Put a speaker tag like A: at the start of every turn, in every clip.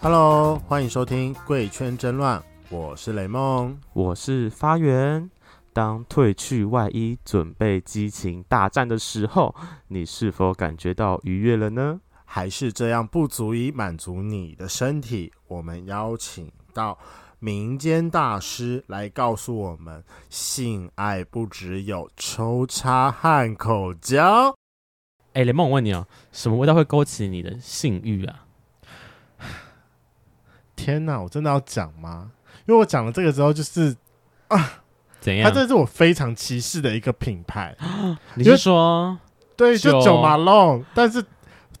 A: Hello，欢迎收听《贵圈争乱》，我是雷梦。
B: 我是发源。当褪去外衣，准备激情大战的时候，你是否感觉到愉悦了呢？
A: 还是这样不足以满足你的身体，我们邀请到民间大师来告诉我们，性爱不只有抽插和口交。
C: 哎，雷梦，我问你哦，什么味道会勾起你的性欲啊？
A: 天哪，我真的要讲吗？因为我讲了这个之后，就是啊
C: 怎
A: 它
C: 样？
A: 这是我非常歧视的一个品牌，
C: 你是说
A: 对，就
C: 九
A: 九马龙。但是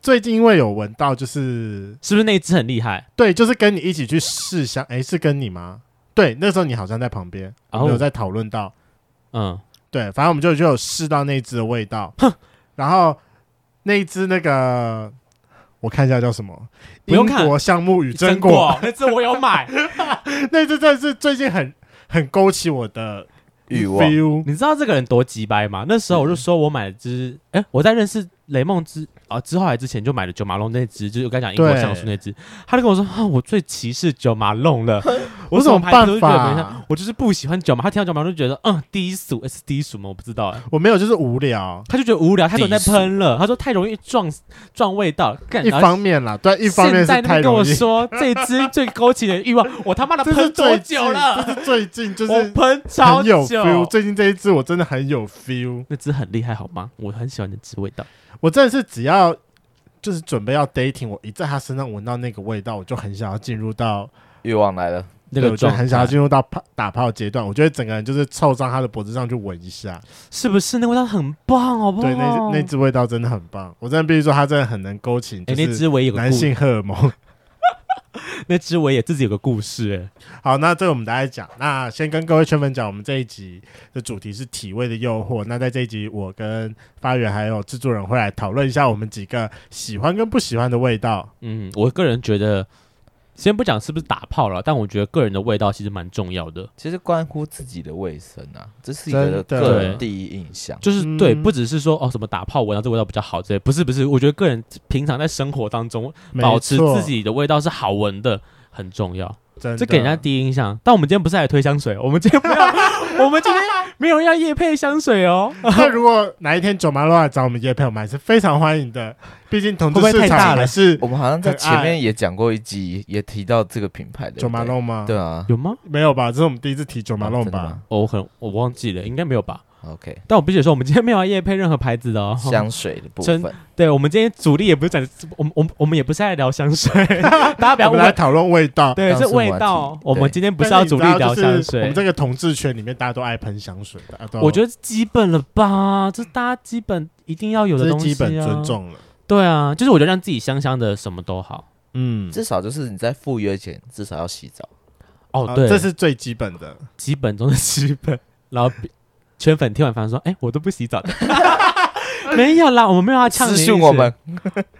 A: 最近因为有闻到，就是
C: 是不是那一只很厉害？
A: 对，就是跟你一起去试香，诶，是跟你吗？对，那时候你好像在旁边，我们
C: 然后
A: 有在讨论到，
C: 嗯，
A: 对，反正我们就就有试到那一只的味道，然后那一只那个我看一下叫什么，
C: 不用
A: 英
C: 看
A: 国橡木与
C: 真
A: 真果，，
C: 那只我有买。
A: 那只真的是最近很很勾起我的
D: 欲望
A: feel
C: 你知道这个人多鸡掰吗？那时候我就说我买了只，哎，我在认识雷梦之啊之后来之前就买了九马龙那只，就是我刚才讲英国
A: 对
C: 橡树那只，他就跟我说啊，我最歧视九马龙 了，我
A: 有什
C: 什
A: 么
C: 么牌子都
A: 办
C: 觉得
A: 法
C: 没像，我就是不喜欢九马，他听到九马龙就觉得嗯低俗，诶是低俗吗？我不知道哎。
A: 我没有，就是无聊。
C: 他就觉得无聊，他有在
D: 低俗
C: 喷了。他说太容易撞撞味道，干
A: 一
C: 然后
A: 方面啦，对，一方面
C: 现在
A: 是
C: 那
A: 太
C: 边跟
A: 容
C: 我
A: 易。
C: 说这支最勾起你的欲望，我他妈的
A: 这是
C: 喷
A: 最
C: 多
A: 近
C: 久了？
A: 这是最近就
C: 我
A: 是
C: 喷超
A: 很有
C: 久。
A: feel。最近这一只我真的很有 feel，
C: 那支很厉害好吗？我很喜欢那支味道。
A: 我真的是只要就是准备要 dating，我一在他身上闻到那个味道，我就很想要进入到
D: 欲望来了，
C: 那
A: 对
C: 个
A: 我就
C: 状态
A: 很想要进入到炮打炮阶段，我觉得整个人就是凑上他的脖子上去闻一下。
C: 是不是那味道很棒，好不好？
A: 对，那那支味道真的很棒，我真的必须说，它真的很能勾起
C: 哎、
A: 就
C: 那
A: 是
C: 支我也有个
A: 男
C: 故，
A: 性荷尔蒙。
C: 那支我也自己有个故事、哎，
A: 好，那这个我们大家讲。那先跟各位圈粉讲，我们这一集的主题是体味的诱惑。那在这一集，我跟发源还有制作人会来讨论一下我们几个喜欢跟不喜欢的味道。
C: 嗯，我个人觉得，先不讲是不是打炮了，但我觉得个人的味道其实蛮重要的。
D: 其实关乎自己的卫生啊，这是一
A: 真
D: 个
A: 的
D: 个人第一印象。
C: 就是
A: 嗯
C: 对，不只是说哦什么打炮闻到这味道比较好之类，不是不是，我觉得个人平常在生活当中
A: 没
C: 保持
A: 错
C: 自，己的味道是好闻的。很重要，
A: 真的
C: 这给人家第一印象。但我们今天不是来推香水，我们今天没 有，我们今天没有要夜配香水哦。
A: 那如果哪一天九麻乱来找我们叶配，我们还是非常欢迎的。毕竟同志
C: 会不会
A: 市
C: 太大
A: 场
C: 了
A: 还是
D: 我们好像在前
A: 很爱
D: 面也讲过一集，也提到这个品牌的
A: 九麻龙吗？
D: 对啊，
C: 有吗？
A: 没有吧？这是我们第一次提九麻龙
D: 啊真的
A: 吧
D: 吗？
C: 哦，我可能我忘记了，应该没有吧。
D: ？OK，
C: 但我必须得说，我们今天没有要夜配任何牌子的哦。
D: 香水的部
C: 真
D: 分，
C: 对，我们今天主力也不是讲，我们我们我们也不是在聊香水， 大家
A: 我
C: 不要误
A: 们来
C: 会。
A: 讨论味道。
C: 对，
D: 当
C: 是
D: 是
C: 味
D: 话
C: 道
D: 题。
C: 我们
D: 对
C: 今天不是
A: 但
C: 要
A: 你知
C: 主力
A: 道就
C: 聊
A: 是
C: 香
A: 我
C: 水
A: 们。这个同志圈里面，大家都爱喷香水的，
C: 我觉
A: 得
C: 得是基本了吧，这大家基本一定要有
A: 这
C: 的
A: 是
C: 东西、啊、
A: 基本尊。重了。
C: 对啊，就是我觉得让自己香香的，什么都好。
A: 嗯，
D: 至少就是你在赴约前至少要洗澡。
C: 哦，
A: 啊
C: 对，
A: 这是最基本的。
C: 基本中的基本。然后比圈粉听完反而说：“哎、我都不洗澡 的。”没有啦，我们没有要呛你
D: 私
C: 的意思
D: 讯我们，，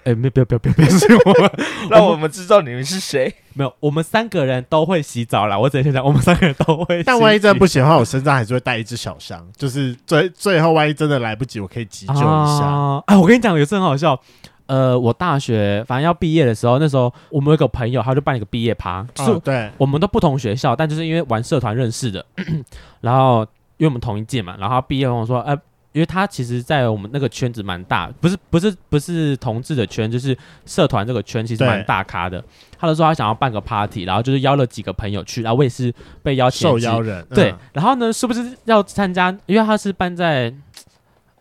C: 哎、没不要不要不要不要私讯我们，
D: 让我们知道你们是谁。
C: 没有，我们三个人都会洗澡啦。我只能先讲，我们三个人都会洗。
A: 但万一真的不行的话，我身上还是会带一支小香，就是最最后万一真的来不及，我可以急救一下。
C: 啊！哎，我跟你讲，有一次很好笑。呃，我大学反正要毕业的时候，那时候我们有一个朋友，他就办了一个毕业趴，就是
A: 哦对，
C: 我们都不同学校，但就是因为玩社团认识的， 然后因为我们同一届嘛，然后他毕业跟我说，哎、因为他其实，在我们那个圈子蛮大，不是不是不是同志的圈，就是社团这个圈其实
A: 对
C: 蛮大咖的。他就说他想要办个 party，然后就是邀了几个朋友去，然后我也是被邀请
A: 受
C: 的其
A: 邀人
C: 对，
A: 嗯
C: 然后呢，是不是要参加？因为他是办在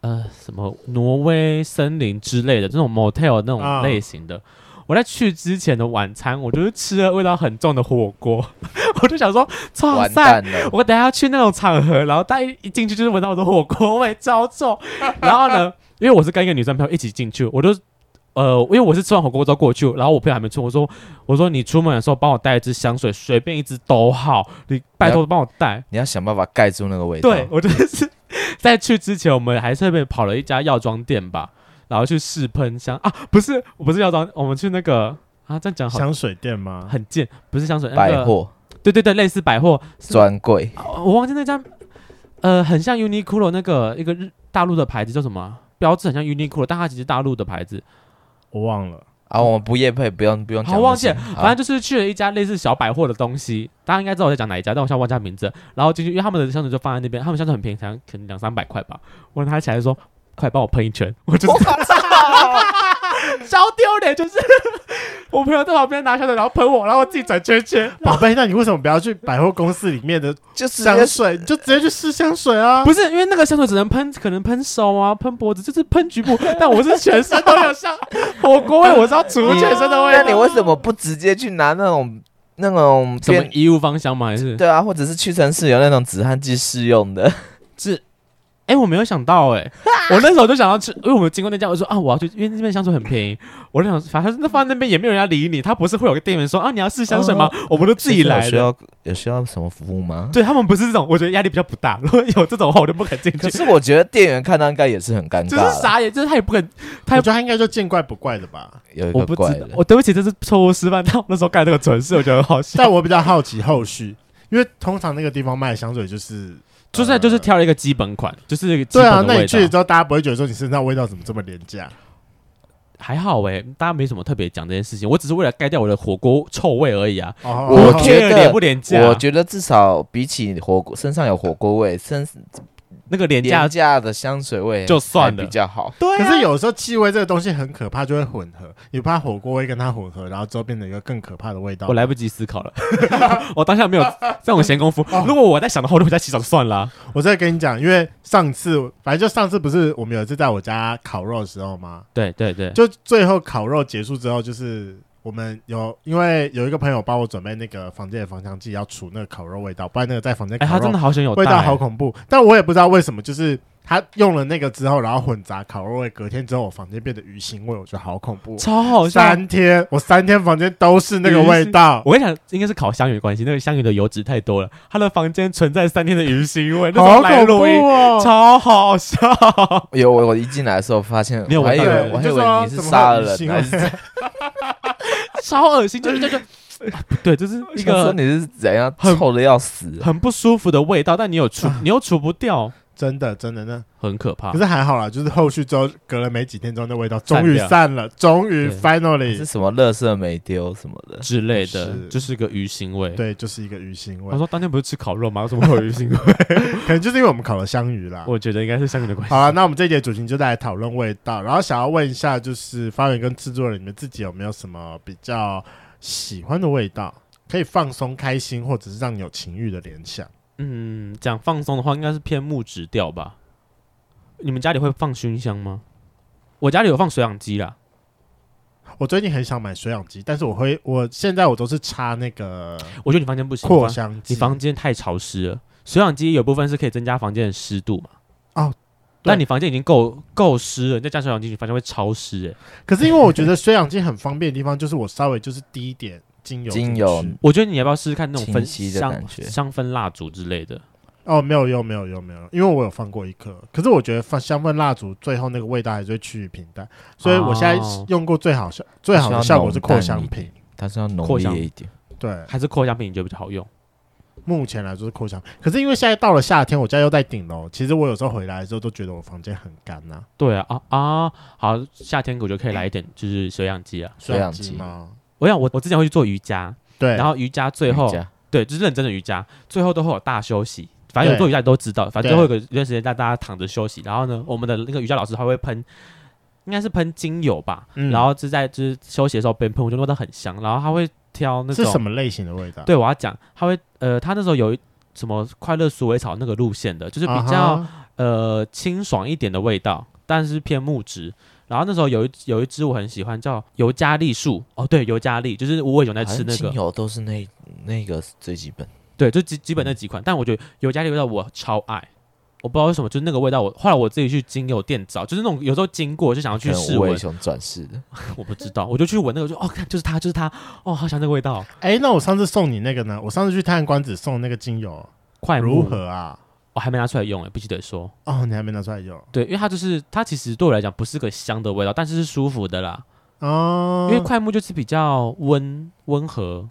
C: 呃什么挪威森林之类的这种 motel 那
A: 啊
C: 种类型的。
D: 啊
C: 我在去之前的晚餐，我就是吃了味道很重的火锅， 我就想说，操
D: 完
C: 塞！
D: 蛋了，
C: 我等一下去那种场合，然后大家一一进去就是闻到我的火锅味，超重。 然后呢，因为我是跟一个女生朋友一起进去，我就呃，因为我是吃完火锅之后过去，然后我朋友还没出，我说我说你出门的时候帮我带一支香水，随便一支都好，你拜托帮我带。
D: 你要想办法盖住那个味道。
C: 对，我真的是 在去之前，我们还特别跑了一家药妆店吧，然后去试喷香啊，不是，不是药妆，我们去那个啊，这样讲好
A: 香水店吗？
C: 很贱，不是香水，那个
D: 百，货
C: 对对对，类似百货，是
D: 专柜
C: 啊我忘记那家，呃，很像 Uniqlo 那个一个日大陆的牌子叫什么啊、标志很像 Uniqlo，但它其实是大陆的牌子
A: 我忘了。
D: 啊，我们不夜配，不用不用讲
C: 好
D: 那些。
C: 忘记了，
D: 好
C: 反 正就是去了一家类似小百货的东西，大家应该知道我在讲哪一家，但我现在忘记它名字了。然后进去，因为他们的箱子就放在那边，他们箱子很便宜，才可能两三百块吧。我拿起来说：“快帮我喷一圈！”我就是超丢脸，就是 我朋友在旁边拿箱子，然后喷我，然后我自己转圈圈。
A: 宝贝，那你为什么不要去百货公司里面的
D: 就直接
A: 香水？你就直接去试香水啊！
C: 不是因为那个香水只能喷，可能喷手啊，喷脖子，就是喷 局部，但我是全身都有香，火锅 味，我是要除
D: 你
C: 全身的味
D: 那
C: 道。
D: 你为什么不直接去拿那种那种
C: 什么
D: 便
C: 衣物芳香吗？还是
D: 对啊，或者是屈臣氏有那种止汗剂适用的，
C: 是，哎、我没有想到、 哎，我那时候就想要吃，因为我们经过那家，我说啊，我要去，因为那边香水很 便宜，我就想，反正那放在那边也没有人要理你，他不是会有个店员说啊，你要试香水吗？ 我们都 自己来
D: 有需
C: 的。
D: 要有需要什么服务吗？
C: 对他们不是这种，我觉得压力比较不大。如果有这种的话，我就不敢进
D: 可
C: 去。
D: 是我觉得店员看到应该也是很尴 尬
C: 就
D: 啦，
C: 是傻眼，就是他也不肯，
A: 我觉得他应该就见怪不怪的 吧。
D: 有一
C: 我
D: 个
C: 不
D: 怪
C: 知道
D: 的，，
C: 我对不起，这是错误示范。但我那时候盖这个唇饰，我觉得很好笑。
A: 但我比较好奇后续，因为通常那个地方卖的香水就是
C: 就
A: 呃
C: 是就是挑了一个基本款，就是基
A: 对
C: 本
A: 啊
C: 的，
A: 那
C: 味
A: 你去
C: 道
A: 了之后，大家不会觉得说你身上味道怎么这么廉价？
C: 还好哎、大家没什么特别讲这件事情，我只是为了盖掉我的火锅臭味而已啊。
A: 哦，
D: 我
A: 哦
D: 觉得
C: 廉不廉价，
D: 我觉得至少比起火锅身上有火锅味，身
C: 那个廉价
D: 廉价的香水味
C: 就算了
D: 还比较好。
C: 对啊
A: 可是有时候气味这个东西很可怕，就会混合，你怕火锅味跟它混合，然后之后变成一个更可怕的味道。
C: 我来不及思考了， 我当下没有这种闲工 夫。如果我在想的话，我就回家洗澡就算了啊。
A: 我再跟你讲，因为上次反正就上次不是我们有一次在我家烤肉的时候吗？
C: 对对对，
A: 就最后烤肉结束之后，就是我们有因为有一个朋友帮我准备那个房间的芳香剂，要除那个烤肉味道，不然那个在房间
C: 哎，
A: 烤
C: 他
A: 肉、
C: 真的好想欸有
A: 味道
C: 带
A: 好恐怖。但我也不知道为什么，就是他用了那个之后，然后混杂烤肉味，隔天之后我房间变得鱼腥味，我觉得好恐怖。
C: 超好笑。
A: 三天，我三天房间都是那个味道，
C: 我跟你讲，应该是烤香鱼的关系，那个香鱼的油脂太多了，他的房间存在三天的鱼腥味，那时候
A: 好
C: 来
A: 恐
C: 录音
A: 怖哦！
C: 超好笑。
D: 有我我一进来的时候发 现，
C: 你有
D: 我还以
C: 闻到
D: 为
A: 对
D: 我还
A: 就
D: 以
A: 说
D: 为你是
A: 怎么
D: 杀
A: 会
D: 了
A: 有
D: 人，
A: 腥
D: 还
A: 味
D: 是
C: 超恶心，就是就是，不对，就是一
D: 想 说
C: 个
D: 你是怎样
C: 很
D: 臭的要死。啊
C: 很不舒服的味道，但你有除，你又除不掉，
A: 真的真的那，
C: 很啊可怕
A: 可。是还好啦，就是后续之后隔了没几天之后，那味道终
C: 散
A: 于
C: 掉
A: 散了，终于
C: 对
D: 是
A: finally，
D: 什么垃圾没丢什么的，
C: 之类的，
A: 是
C: 就是一个鱼腥味。
A: 对，就是一个鱼腥
C: 我
A: 味，
C: 说当天不是吃烤肉吗？怎么会有鱼腥味？
A: 可能就是因为我们烤了香鱼啦。
C: 我觉得应该是香鱼的关 系。
A: 好了，那我们这一节主题就来讨论味道，然后想要问一下，就是发源跟制作人，你们自己有没有什么比较喜欢的味道，可以放松、开心，或者是让你有情欲的联想？
C: 嗯，讲放松的话，应该是偏木质调吧。你们家里会放熏香吗？我家里有放水养机啦，
A: 我最近很想买水养机，但是我会，我现在我都是插那个
C: 我觉得你房间不行，
A: 扩
C: 你房
A: 香机
C: 你。房间太潮湿了。水养机有部分是可以增加房间的湿度嘛？
A: 哦，
C: 但你房间已经够够湿了，你再加水养机，你房间会潮湿、欸。
A: 可是因为我觉得水养机很方便的地方，就是我稍微就是滴一点精油进去，
D: 精油
C: 我觉得你要不要试试看那种分
D: 清晰的
C: 香
D: 感觉
C: 香氛蜡烛之类的？
A: 哦，没有用，没有用，没有用，因为我有放过一颗，可是我觉得放香氛蜡烛最后那个味道还是会趋于平淡，所以我现在
C: 哦
A: 用过最好效最好的效果是扩香
D: 需要浓淡一
A: 瓶
D: 点。它是要浓
C: 扩香
D: 烈一点。
A: 对，
C: 还是扩香瓶你觉得比较好用？
A: 目前来说是扩香，可是因为现在到了夏天，我家又在顶楼，其实我有时候回来的时候都觉得我房间很干呐、
C: 对啊啊啊！好，夏天我觉得可以来一点，就是水氧机啊。
A: 水
D: 水
A: 养
D: 养
A: 机
D: 机
A: 吗？
C: 我想我我之前会去做瑜伽，
A: 对，
C: 然后瑜伽最后
D: 瑜伽
C: 对就是认真的瑜伽，最后都会有大休息。反正有做瑜伽你都知道，反
A: 对
C: 正最后有个一段时间让大家躺着休息。然后呢，我们的那个瑜伽老师他会喷，应该是喷精油吧，
A: 嗯
C: 然后是在就是休息的时候边喷，我就闻到很香。然后他会挑那
A: 是
C: 种
A: 什么类型的味道？
C: 对我要讲，他会呃，他那时候有一什么快乐鼠尾草那个路线的，就是比
A: 啊哈，
C: 较、呃清爽一点的味道，但是偏木质。然后那时候有一有一支我很喜欢叫尤加利树，哦对，尤加利就是无尾熊在
D: 好
C: 吃
D: 像
C: 那
D: 精
C: 个，
D: 油都是那那个最基本。
C: 对，就基基本那几款。但我觉得尤加利味道我超爱，我不知道为什么，就是那个味道我后来我自己去精油店找，就是那种有时候经过就想要去
D: 可能
C: 试
D: 无尾
C: 闻，
D: 熊转世的，
C: 我不知道，我就去闻那个，就哦，看就是它，就是它，哦，好想那个味道，
A: 哎、那我上次送你那个呢？我上次去探官子送那个精油
C: 快
A: 如
C: 木，
A: 何啊？
C: 我还没拿出来用诶，必须得说，
A: 哦，你还没拿出来用
C: 对，因为它就是它其实对我来讲不是个香的味道，但是是舒服的啦，
A: 哦，
C: 因为快木就是比较温温和，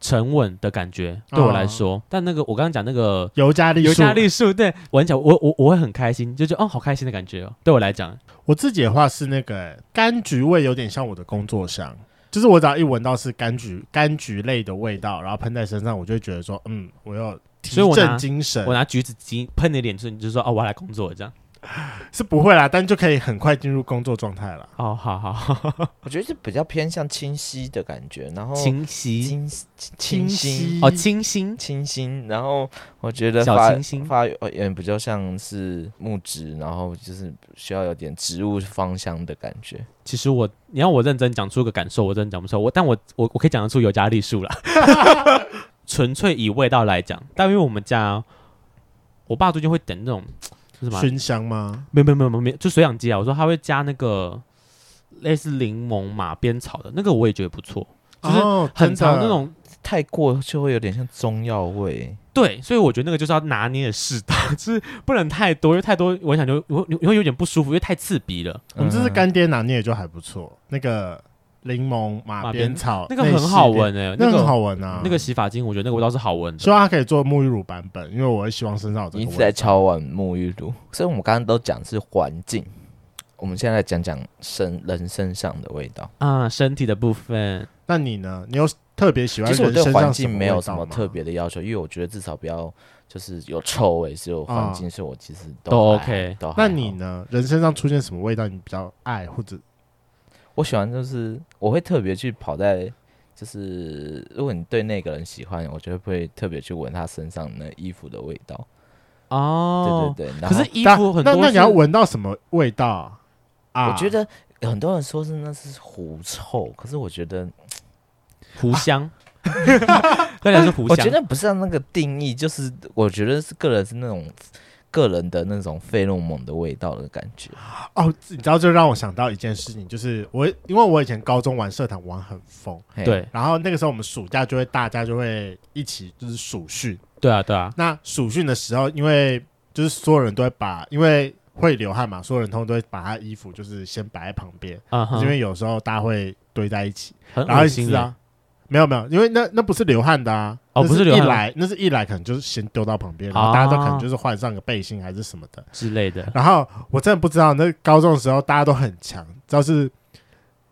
C: 沉稳的感觉，对我来
A: 哦
C: 说。但那个我刚刚讲那个
A: 尤加利
C: 尤
A: 树
C: 加利树，对我很讲，我我我会很开心，就觉得哦，好开心的感觉哦。对我来讲，
A: 我自己的话是那个欸柑橘味，有点像我的工作上，就是我只要一闻到是柑橘柑橘类的味道，然后喷在身上，我就会觉得说，嗯，我要提
C: 所以我拿
A: 振精神
C: 我，拿橘子精喷你脸，就你就说哦，我要来工作了这样。
A: 是不会啦，但就可以很快进入工作状态了。
C: 哦，好好好，
D: 我觉得是比较偏向清晰的感觉，
A: 哦
D: 然后
C: 清晰
D: 清清新
A: 晰
C: 哦，清新
D: 清新，然后我觉得
C: 小
D: 发
C: 清新
D: 发呃也比较像是木质，然后就是需要有点植物芳香的感觉。
C: 其实我，你要我认真讲出个感受，我真的讲不出来。我，但我我我可以讲得出尤加利 树啦。纯粹以味道来讲，但因为我们家，我爸最近会等那种是什么啊？
A: 熏香吗？
C: 没有没有没有没有没有，就水养鸡啊。我说他会加那个类似柠檬马鞭草的那个，我也觉得不错，就是
A: 哦
C: 很
A: 真的
C: 长那种。
D: 太过就会有点像中药味，
C: 对，所以我觉得那个就是要拿捏的适当， 就是不能太多，因为太多我想就我你会有点不舒服，因为太刺鼻了。
A: 我们这次
D: 嗯
A: 干爹拿捏也就还不错，那个柠檬马
C: 马
A: 鞭
C: 鞭
A: 草
C: 那个很好，
A: 系
C: 闻哎、
A: 列那
C: 那
A: 个很
C: 个
A: 好闻啊，
C: 那个洗发精，我觉得那个味道是好闻的。
A: 希望它可以做沐浴乳版本，因为我会希望身上有这
D: 你
A: 个
D: 一
A: 味
D: 直
A: 道。
D: 在敲碗沐浴露， 所以我们刚刚都讲是环境，我们现在来讲讲身人身上的味道。
C: 啊、身体的部分，
A: 那你呢？你有特别喜欢
D: 其实我
A: 人
D: 对
A: 身
D: 环
A: 上
D: 境没
A: 味
D: 有
A: 道
D: 什么
A: 吗
D: 特别的要求，因为我觉得至少不要就是有臭味，只有环境，所以我其实都
C: 都
D: 还
C: OK
D: 都还
A: 啊那
D: 好
A: 你呢？人身上出现什么味道你比较爱，或者
D: 我喜欢就是我会特别去跑在，就是如果你对那个人喜欢，我就会特别去闻他身上那衣服的味道。
C: 哦，
D: 对对对，然
C: 可
D: 后
C: 是衣服很多
A: 那那那
C: 是
A: 你要闻到什么味道啊？啊
D: 我觉得很多人说是那是狐臭，可是我觉得
C: 胡 香，对，是胡
D: 啊我
C: 香
D: 觉。得不是按那个定义，就是我觉得是个人是那种个人的那种费洛蒙的味道的感觉。
A: 哦，你知道，就让我想到一件事情，就是我因为我以前高中玩社团玩很疯，
D: 嘿，
C: 对
A: 然后那个时候我们暑假就会大家就会一起就是暑训。
C: 对啊，对啊，
A: 那暑训的时候，因为就是所有人都会把，因为会流汗嘛，所有人通常都会把他衣服就是先摆在旁边，
C: 嗯
A: 因
C: 哼，
A: 为有时候大家会堆在一起，
C: 很
A: 然后
C: 恶
A: 一直
C: 心啊。
A: 啊。没有没有，因为那那不是流汗的啊，
C: 哦
A: 那
C: 不是流
A: 一
C: 汗的
A: 来那是一来可能就是先丢到旁边，然后
C: 啊
A: 大家都可能就是换上个背心还是什么的。
C: 之类的。
A: 然后我真的不知道，那高中的时候大家都很强，只要是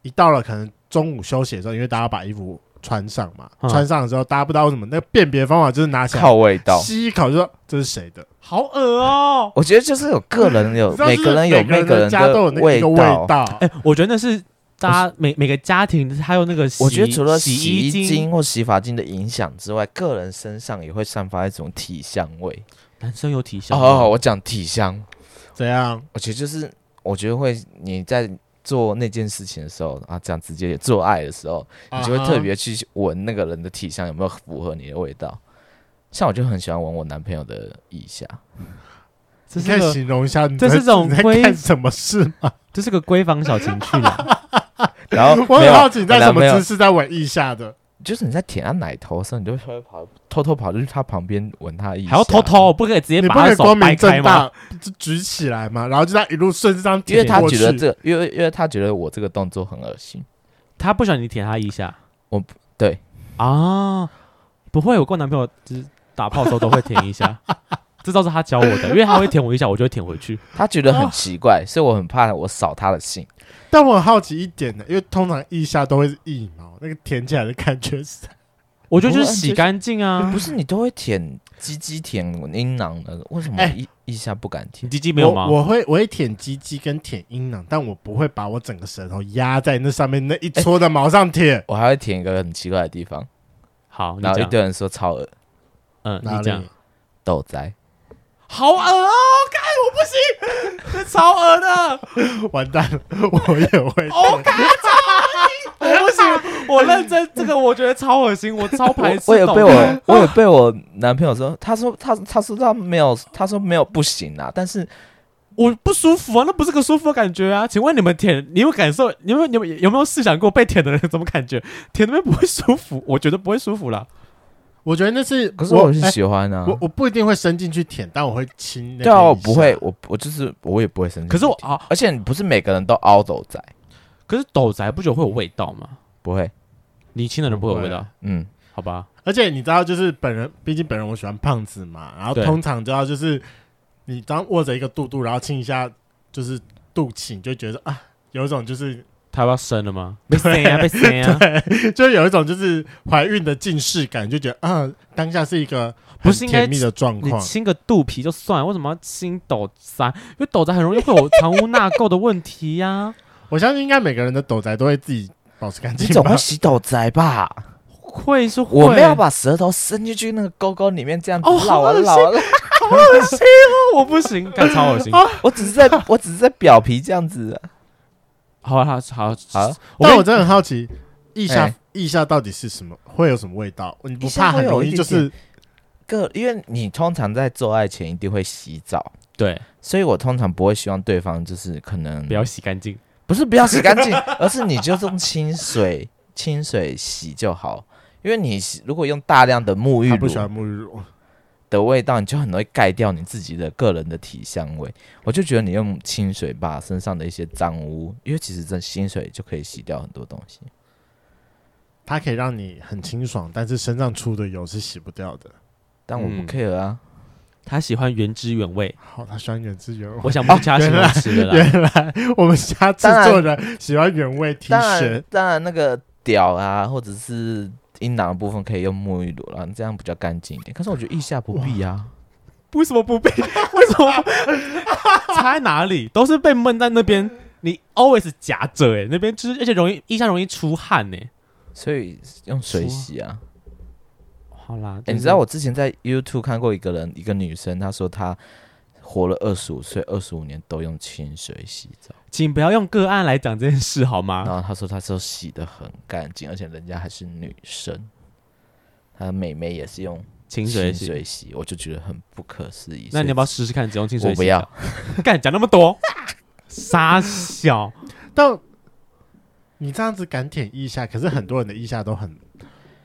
A: 一到了可能中午休息的时候，因为大家把衣服穿上嘛，
C: 嗯
A: 穿上的时候大家不知道为什么，那个辨别方法就是拿起来
D: 靠味道。
A: 吸一口就说这是谁的，
C: 好恶哦！
D: 我觉得就是有个人有
A: 你知道就是
D: 个人有
A: 每
D: 每个
A: 人
D: 人
A: 家都有那个一
D: 味
A: 个味
D: 道。
A: 道，
C: 哎，我觉得那是大家每每个家庭还有那个洗，
D: 我觉得除了洗
C: 衣
D: 衣精，或洗发精的影响之外，个人身上也会散发一种体香味。
C: 男生有体香
D: 哦，我讲体香，
A: 怎样？
D: 我觉得就是我觉得会你在做那件事情的时候啊，这样直接做爱的时候，你就会啊特
A: 啊
D: 别去闻那个人的体香有没有符合你的味道。像我就很喜欢闻我男朋友的腋下，
C: 这
A: 你
C: 是
A: 可以
C: 个
A: 形容一下你在，
C: 这是种
A: 你在
C: 规
A: 干什么事吗？
C: 这是个闺房小情趣啦。
D: 然后
A: 我很
D: 没有
A: 好奇你在
D: 本来
A: 什么
D: 没有
A: 姿势在闻腋下的，
D: 就是你在舔他奶头的时候，你就会偷偷跑偷偷跑去他旁边闻他腋下，
C: 还要偷偷，不可以直接
A: 你
C: 把
A: 不能
C: 他手
A: 光
C: 掰
A: 明
C: 开
A: 正
C: 吗？
A: 大就举起来嘛，然后就这样一路顺着这样
D: 因为
A: 舔
D: 他
A: 过去。
D: 觉得这个，因为因为他觉得我这个动作很恶心。
C: 他不喜欢你舔他一下。
D: 我不对
C: 啊，不会，我跟我男朋友就是打炮的时候都会舔一下， 这招是他教我的，因为他会舔我一下，我就会舔回去。
D: 他觉得很奇怪，所以我很怕我扫他的兴。
A: 但我很好奇一点呢，因为通常腋下都会是腋毛，那个舔起来的感觉是，
C: 我觉得就是洗干净啊
D: 不，是你都会舔鸡鸡、舔阴囊的，为什么
A: 哎
D: 一一下不敢
C: 你
D: 舔？
C: 鸡鸡没有吗
A: 我？我会我会舔鸡鸡跟舔阴囊，但我不会把我整个舌头压在那上面那一撮的毛上舔。
D: 我还会舔一个很奇怪的地方，
C: 好，你
D: 然后一
C: 讲，
D: 堆人说超恶
C: 嗯，
A: 哪
C: 你
A: 里
C: 讲，？
D: 豆仔，
C: 好恶哦，看我不行，这超恶的，哦
A: 完蛋了， 我也会。
D: 哦
C: 我不行，我认真，这个我觉得超恶心，我超排斥。
D: 我也被我，我也被我男朋友说，他说他他说他没有，他说没有不行啊，但是
C: 我不舒服啊，那不是个舒服的感觉啊。请问你们舔，你有没有感受？你有没有你们有没有试想过被舔的人怎么感觉？舔那边不会舒服，我觉得不会舒服啦。
A: 我觉得那是，
D: 可是我是
A: 哎
D: 喜欢啊，
A: 我我不一定会伸进去舔，但我会亲那个腋
D: 对
A: 下。
D: 啊，我不会，我我就是我也不会生气。
C: 可是我，啊，
D: 而且不是每个人都凹豆仔，
C: 可是斗宅不觉得会有味道吗？
D: 不会，
C: 你亲的人不会有味道
A: 不
D: 嗯，
C: 好吧？
A: 而且你知道，就是本人，毕竟本人我喜欢胖子嘛，然后
C: 对
A: 通常知道就是你当握着一个肚肚，然后亲一下就是肚脐，你就觉得啊，有一种就是
C: 他要生了吗？被生啊，被生啊！
A: 对，就有一种就是怀孕的近视感，就觉得啊，当下是一个
C: 不
A: 很
C: 是应该
A: 甜蜜的状
C: 你
A: 况。
C: 亲个肚皮就算，为什么要亲斗腮？因为斗腮很容易会有藏污纳垢的问题呀、
A: 我相信应该每个人的斗宅都会自己保持干
D: 你
A: 净
D: 总
A: 吧
D: 会。洗斗仔吧？
C: 会是会，
D: 我们 要把舌头伸进去那个沟沟里面，这样子
C: 哦好
D: 绕啊
C: 恶心
D: 绕啊，
C: 好恶心哦，我不行，干超恶心。
D: 我只是在我只是在表皮这样子。
C: 好好好
D: 好，
C: 跟
A: 但
C: 你
A: 我真的很好奇，腋下
D: 哎
A: 腋下到底是什么？会有什么味道？你不
D: 腋下
A: 怕
D: 会
A: 很
D: 有
A: 容
D: 一
A: 易就
D: 点
A: 是
D: 个，因为你通常在做爱前一定会洗澡，
C: 对，
D: 所以我通常不会希望对方就是可能
C: 不要洗干净。
D: 不是不要洗干净， 而是你就用清水清水洗就好。因为你洗如果用大量的沐浴
A: 他不喜欢
D: 乳
A: 沐浴乳？
D: 的味道，你就很容易盖掉你自己的个人的体香味。我就觉得你用清水把身上的一些脏污，因为其实这清水就可以洗掉很多东西。
A: 它可以让你很清爽，但是身上出的油是洗不掉的。
D: 但我不
C: 嗯
D: care 啊，
C: 他喜欢原汁原味，
A: 好，他喜欢原汁原味。
C: 我想不加形容词了啦。
A: 原来我们家制作人喜欢原味 T
D: 当然
A: 恤，
D: 当然那个屌啊，或者是阴囊的部分可以用沐浴乳啦，这样比较干净一点。可是我觉得腋下不必啊，
C: 为什么不被？ 为什么不 差在哪里？都是被闷在那边，你 always 夹着哎，那边就是，而且容易腋下容易出汗呢、
D: 所以用水
C: 说
D: 洗啊。
C: 好啦，
D: 欸你知道我之前在 YouTube 看过一个人，一个女生，她说她活了二十五岁、二十五年都用清水洗澡，
C: 请不要用个案来讲这件事好
D: 然
C: 吗？
D: 后她说她都洗得很干净，而且人家还是女生，她妹妹也是用
C: 清
D: 清
C: 水
D: 水
C: 洗。
D: 洗，我就觉得很不可思议。
C: 那你要不要
D: 所
C: 试试看只用清
D: 以
C: 水洗？啊
D: 我不要，，
C: 干讲那么多，傻小。
A: 但你这样子敢舔腋下，可是很多人的腋下都很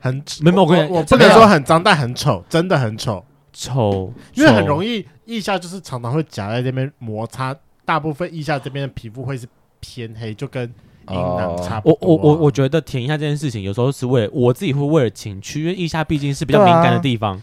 A: 很
C: 没有没有我跟你
A: 我我不
C: 真啊
D: 的
A: 能
D: 有
A: 说很脏，但很丑，真的很丑，
C: 丑，
A: 因为很
C: 易。
A: 容易腋下就是常常会夹在那边摩擦，大部分腋下这边的皮肤会是偏黑，就跟阴囊差不多
C: 我
A: 啊。
C: 哦我我我觉得舔一下这件事情，有时候是为了我自己会为了情趣，因为腋下毕竟是比较
D: 对
C: 敏
D: 啊
C: 感的地方，你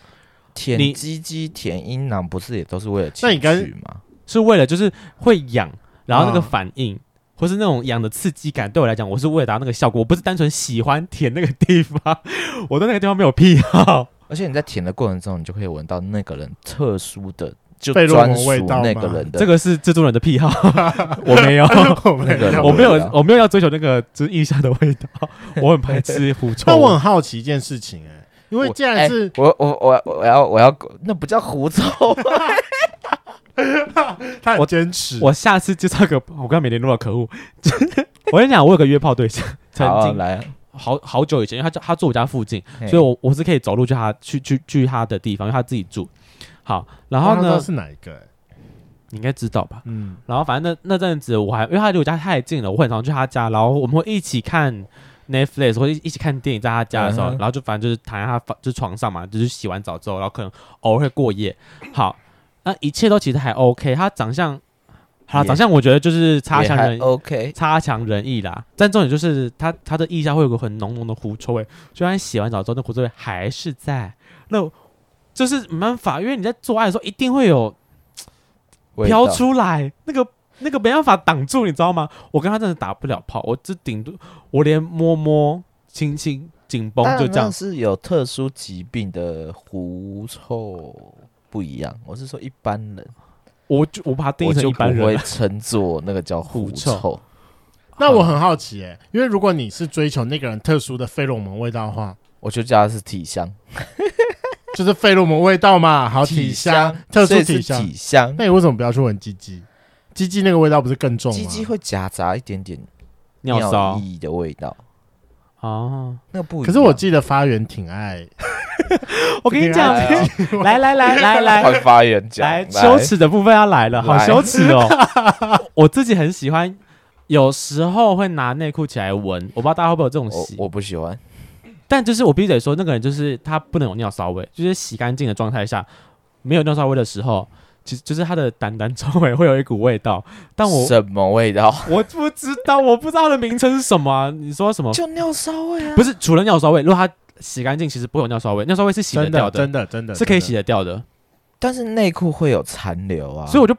D: 舔鸡鸡、舔阴囊不是也都是为了情
A: 那你跟
D: 趣吗？
C: 是为了就是会痒，然后那个
A: 啊
C: 反应、或是那种痒的刺激感，对我来讲，我是为了达到那个效果，我不是单纯喜欢舔那个地方， 我对那个地方没有癖好。
D: 而且你在舔的过程中，你就可以闻到那个人特殊的，就
A: 贝洛蒙
D: 专属
A: 味道
D: 那个
A: 吗
D: 人的
C: 这个是制作人的癖好，我没有，
A: 我没
D: 那个人
A: 有
C: 我没有
D: 味道，
C: 我没有要追求那个就是腋下的味道，我很排斥狐臭
A: 但我
C: 味。
A: 很好奇一件事情、哎，因为
D: 我
A: 既然
D: 哎
A: 是、
D: 我我我我要我要，那不叫狐臭，
A: 他很坚持，
C: 哎我下次介绍个，我刚刚没联络到可恶。 我跟你讲，我有个约炮对象， 曾
D: 好啊
C: 经
D: 来，
C: 好好久以前，因为他就他住我家附近，
D: 嘿
C: 所以我我是可以走路去他去去去他的地方，因为他自己住。好，然
A: 我
C: 后
A: 想知道
C: 呢，
A: 是哪一个、哎
C: 你应该知道吧？
A: 嗯，
C: 然后反正那那阵子我还因为他离我家太近了，我很常去他家，然后我们会一起看 Netflix 或者一起看电影，在他家的时候，
D: 嗯哼
C: 然后就反正就是躺在他房就是床上嘛，就是洗完澡之后，然后可能偶尔会过夜。好，那一切都其实还 OK，他长相，好啦
D: 也
C: 长相我觉得就是差
D: 也
C: 强
D: 还
C: 人
D: OK，
C: 差强人意啦。但重点就是它它的腋下会有个很浓浓的狐臭味，虽然洗完澡之后那狐臭味还是在，那就是没办法，因为你在做爱的时候一定会有
D: 味道
C: 飘出来，那个那个没办法挡住，你知道吗？我跟他真的打不了炮，我这顶多我连摸摸亲亲紧绷
D: 当然
C: 就这样
D: 那，是有特殊疾病的狐臭不一样，我是说一般人，
C: 我就我把它定义
D: 我
C: 成
D: 就
C: 一
D: 不
C: 般人
D: 会
C: 了。
D: 称作那个叫狐
C: 狐臭
D: 臭。
A: 那我很好奇、哎，因为如果你是追求那个人特殊的费洛蒙味道的话，
D: 我就叫它是体香，
A: 就是费洛蒙味道嘛，
C: 哦
A: 好体
D: 香
A: 香，特殊
D: 所以是
A: 体
D: 体
A: 香。
D: 香，
A: 那你为什么不要去闻鸡鸡？鸡鸡那个味道不是更重吗？
D: 鸡鸡会夹杂一点点
C: 啊尿骚
D: 液的味道，
C: 啊！
D: 那不一样。
A: 可是我记得发源挺爱，
C: 我跟你讲，
D: 来
C: 来
D: 啊
C: 来来来来，
D: 快哎发言讲，
C: 来，羞耻的部分要来了，好
D: 来
C: 羞耻 哦！我自己很喜欢，有时候会拿内裤起来闻，我不知道大家会不会有这种
D: 我
C: 习，
D: 我不喜欢，
C: 但就是我必须得说，那个人就是他不能有尿骚味，就是洗干净的状态下，没有尿骚味的时候，其实就是他的胆胆周围会有一股味道，但我
A: 啊
D: 什么味道？
C: 我不知道，我不知道它的名称是什么啊、你说什么？
D: 就尿骚味啊！
C: 不是除了尿骚味，如果他洗干净，其实不会有尿骚味，尿骚味是洗得
A: 真
C: 掉
A: 的真的真的
C: 是可以
A: 真的
C: 洗得掉的。
D: 但是内裤会有残留啊，
C: 所以我就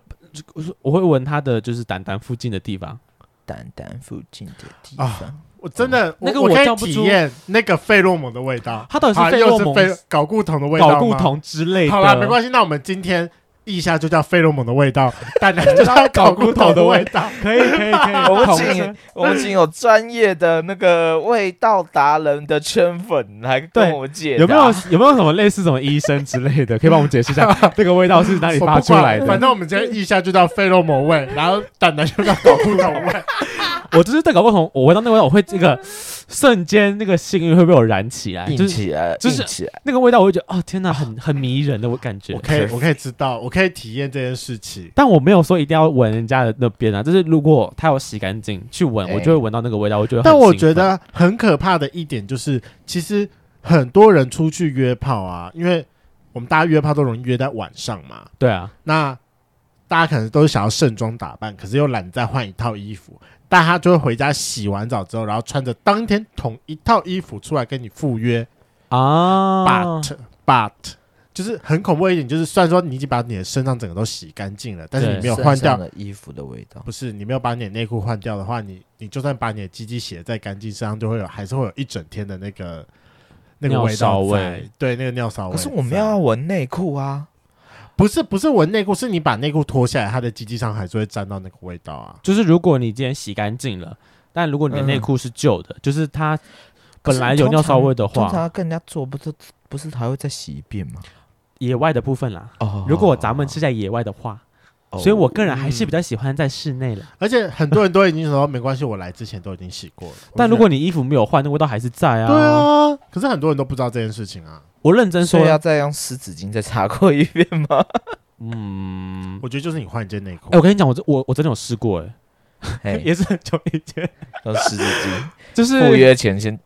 C: 我说我会闻它的就是胆胆附近的地方，
D: 蛋蛋附近的地
A: 啊
D: 方，
A: 我真的，
C: 那个
A: 我
C: 我
A: 可以
C: 叫不
A: 体
C: 出
A: 验那个费洛蒙的味道，
C: 它到底
A: 啊
C: 是费
A: 又
C: 洛
A: 是
C: 蒙、
A: 费睾固酮的味道吗
C: 睾固。酮之类的。
A: 好啦，没关系，那我们今天一下就叫费洛蒙的味 道，蛋蛋就叫
C: 睾
A: 固
C: 固酮
A: 酮
C: 的味
A: 味道。
C: 可以可 以 可以，
D: 我们
C: 同
D: 请
C: 声
D: 我们请有专业的那个味道达人的圈粉来跟
C: 对
D: 我解答
C: 有没有有没有什么类似什么医生之类的，可以帮我们解释一 下这个味道是哪里
A: 我
C: 发
A: 不
C: 出来
A: 管，
C: 的
A: 反？正我们今天一下就叫费洛蒙味，然后蛋蛋就叫睾固酮味。
C: 我就是对睾固酮，我闻到那个味道，我会这个瞬间那个性欲会被我燃起来，就
D: 硬
C: 是
D: 起来，
C: 就是
D: 硬起来，
C: 那个味道，我会觉得哦天哪，很很迷人的我感觉
A: 我。可以，我可以知道，我可以体验这件事情。
C: 但我没有说一定要闻人家的那边啊，就是如果他有洗干净去闻，
D: 哎
C: 我就会闻到那个味道，我觉得很
A: 但我
C: 兴
A: 觉
C: 奋
A: 得很可怕的一点就是，其实很多人出去约炮啊，因为我们大家约炮都容易约在晚上嘛，
C: 对啊，
A: 那大家可能都是想要盛装打扮，可是又懒再换一套衣服，但他就会回家洗完澡之后，然后穿着当天同一套衣服出来跟你赴约。
C: 啊
A: but but 就是很恐怖的一点，就是虽然说你已经把你的身上整个都洗干净了，但是
C: 对啊
A: 你没有
D: 身
A: 换
D: 上
A: 掉，
D: 的衣服的味道，
A: 不是你没有把你的内裤换掉的话，你你就算把你的鸡鸡洗的再干净，身上就会有还是会有一整天的那个。那个
C: 尿
A: 味道
C: 骚味
A: 在，对那个尿骚味
D: 可
A: 在。
D: 是我们要闻内裤啊，
A: 不是不是闻内裤，是你把内裤脱下来，它的鸡鸡上还是会沾到那个味道啊。
C: 就是如果你今天洗干净了，但如果你的内裤是旧的，就是它本来有尿骚味的
D: 通
C: 话，
D: 常跟人家做不是不是还会再洗一遍吗？
C: 野外的部分啦。
D: 哦
C: 如果咱们是在野外的话，所以我个人还是比较喜欢在室内了。
A: 而且很多人都已经说没关系，我来之前都已经洗过了。
C: 但
A: 我
C: 如
A: 觉
C: 果
A: 得
C: 你衣服没有换，那味道还是在啊。
A: 对，啊，可是很多人都不知道这件事情啊。
C: 我认真
D: 所
C: 说
D: 以，要再用湿纸巾再擦过一遍吗？
C: 嗯，
A: 我觉得就是你换一件内裤
C: 哎，，我跟你讲，我这我我真的有试过，哎，
D: 嘿
C: 也是很久以前，
D: 用湿纸巾，
C: 就
D: 赴
C: 是
D: 约前先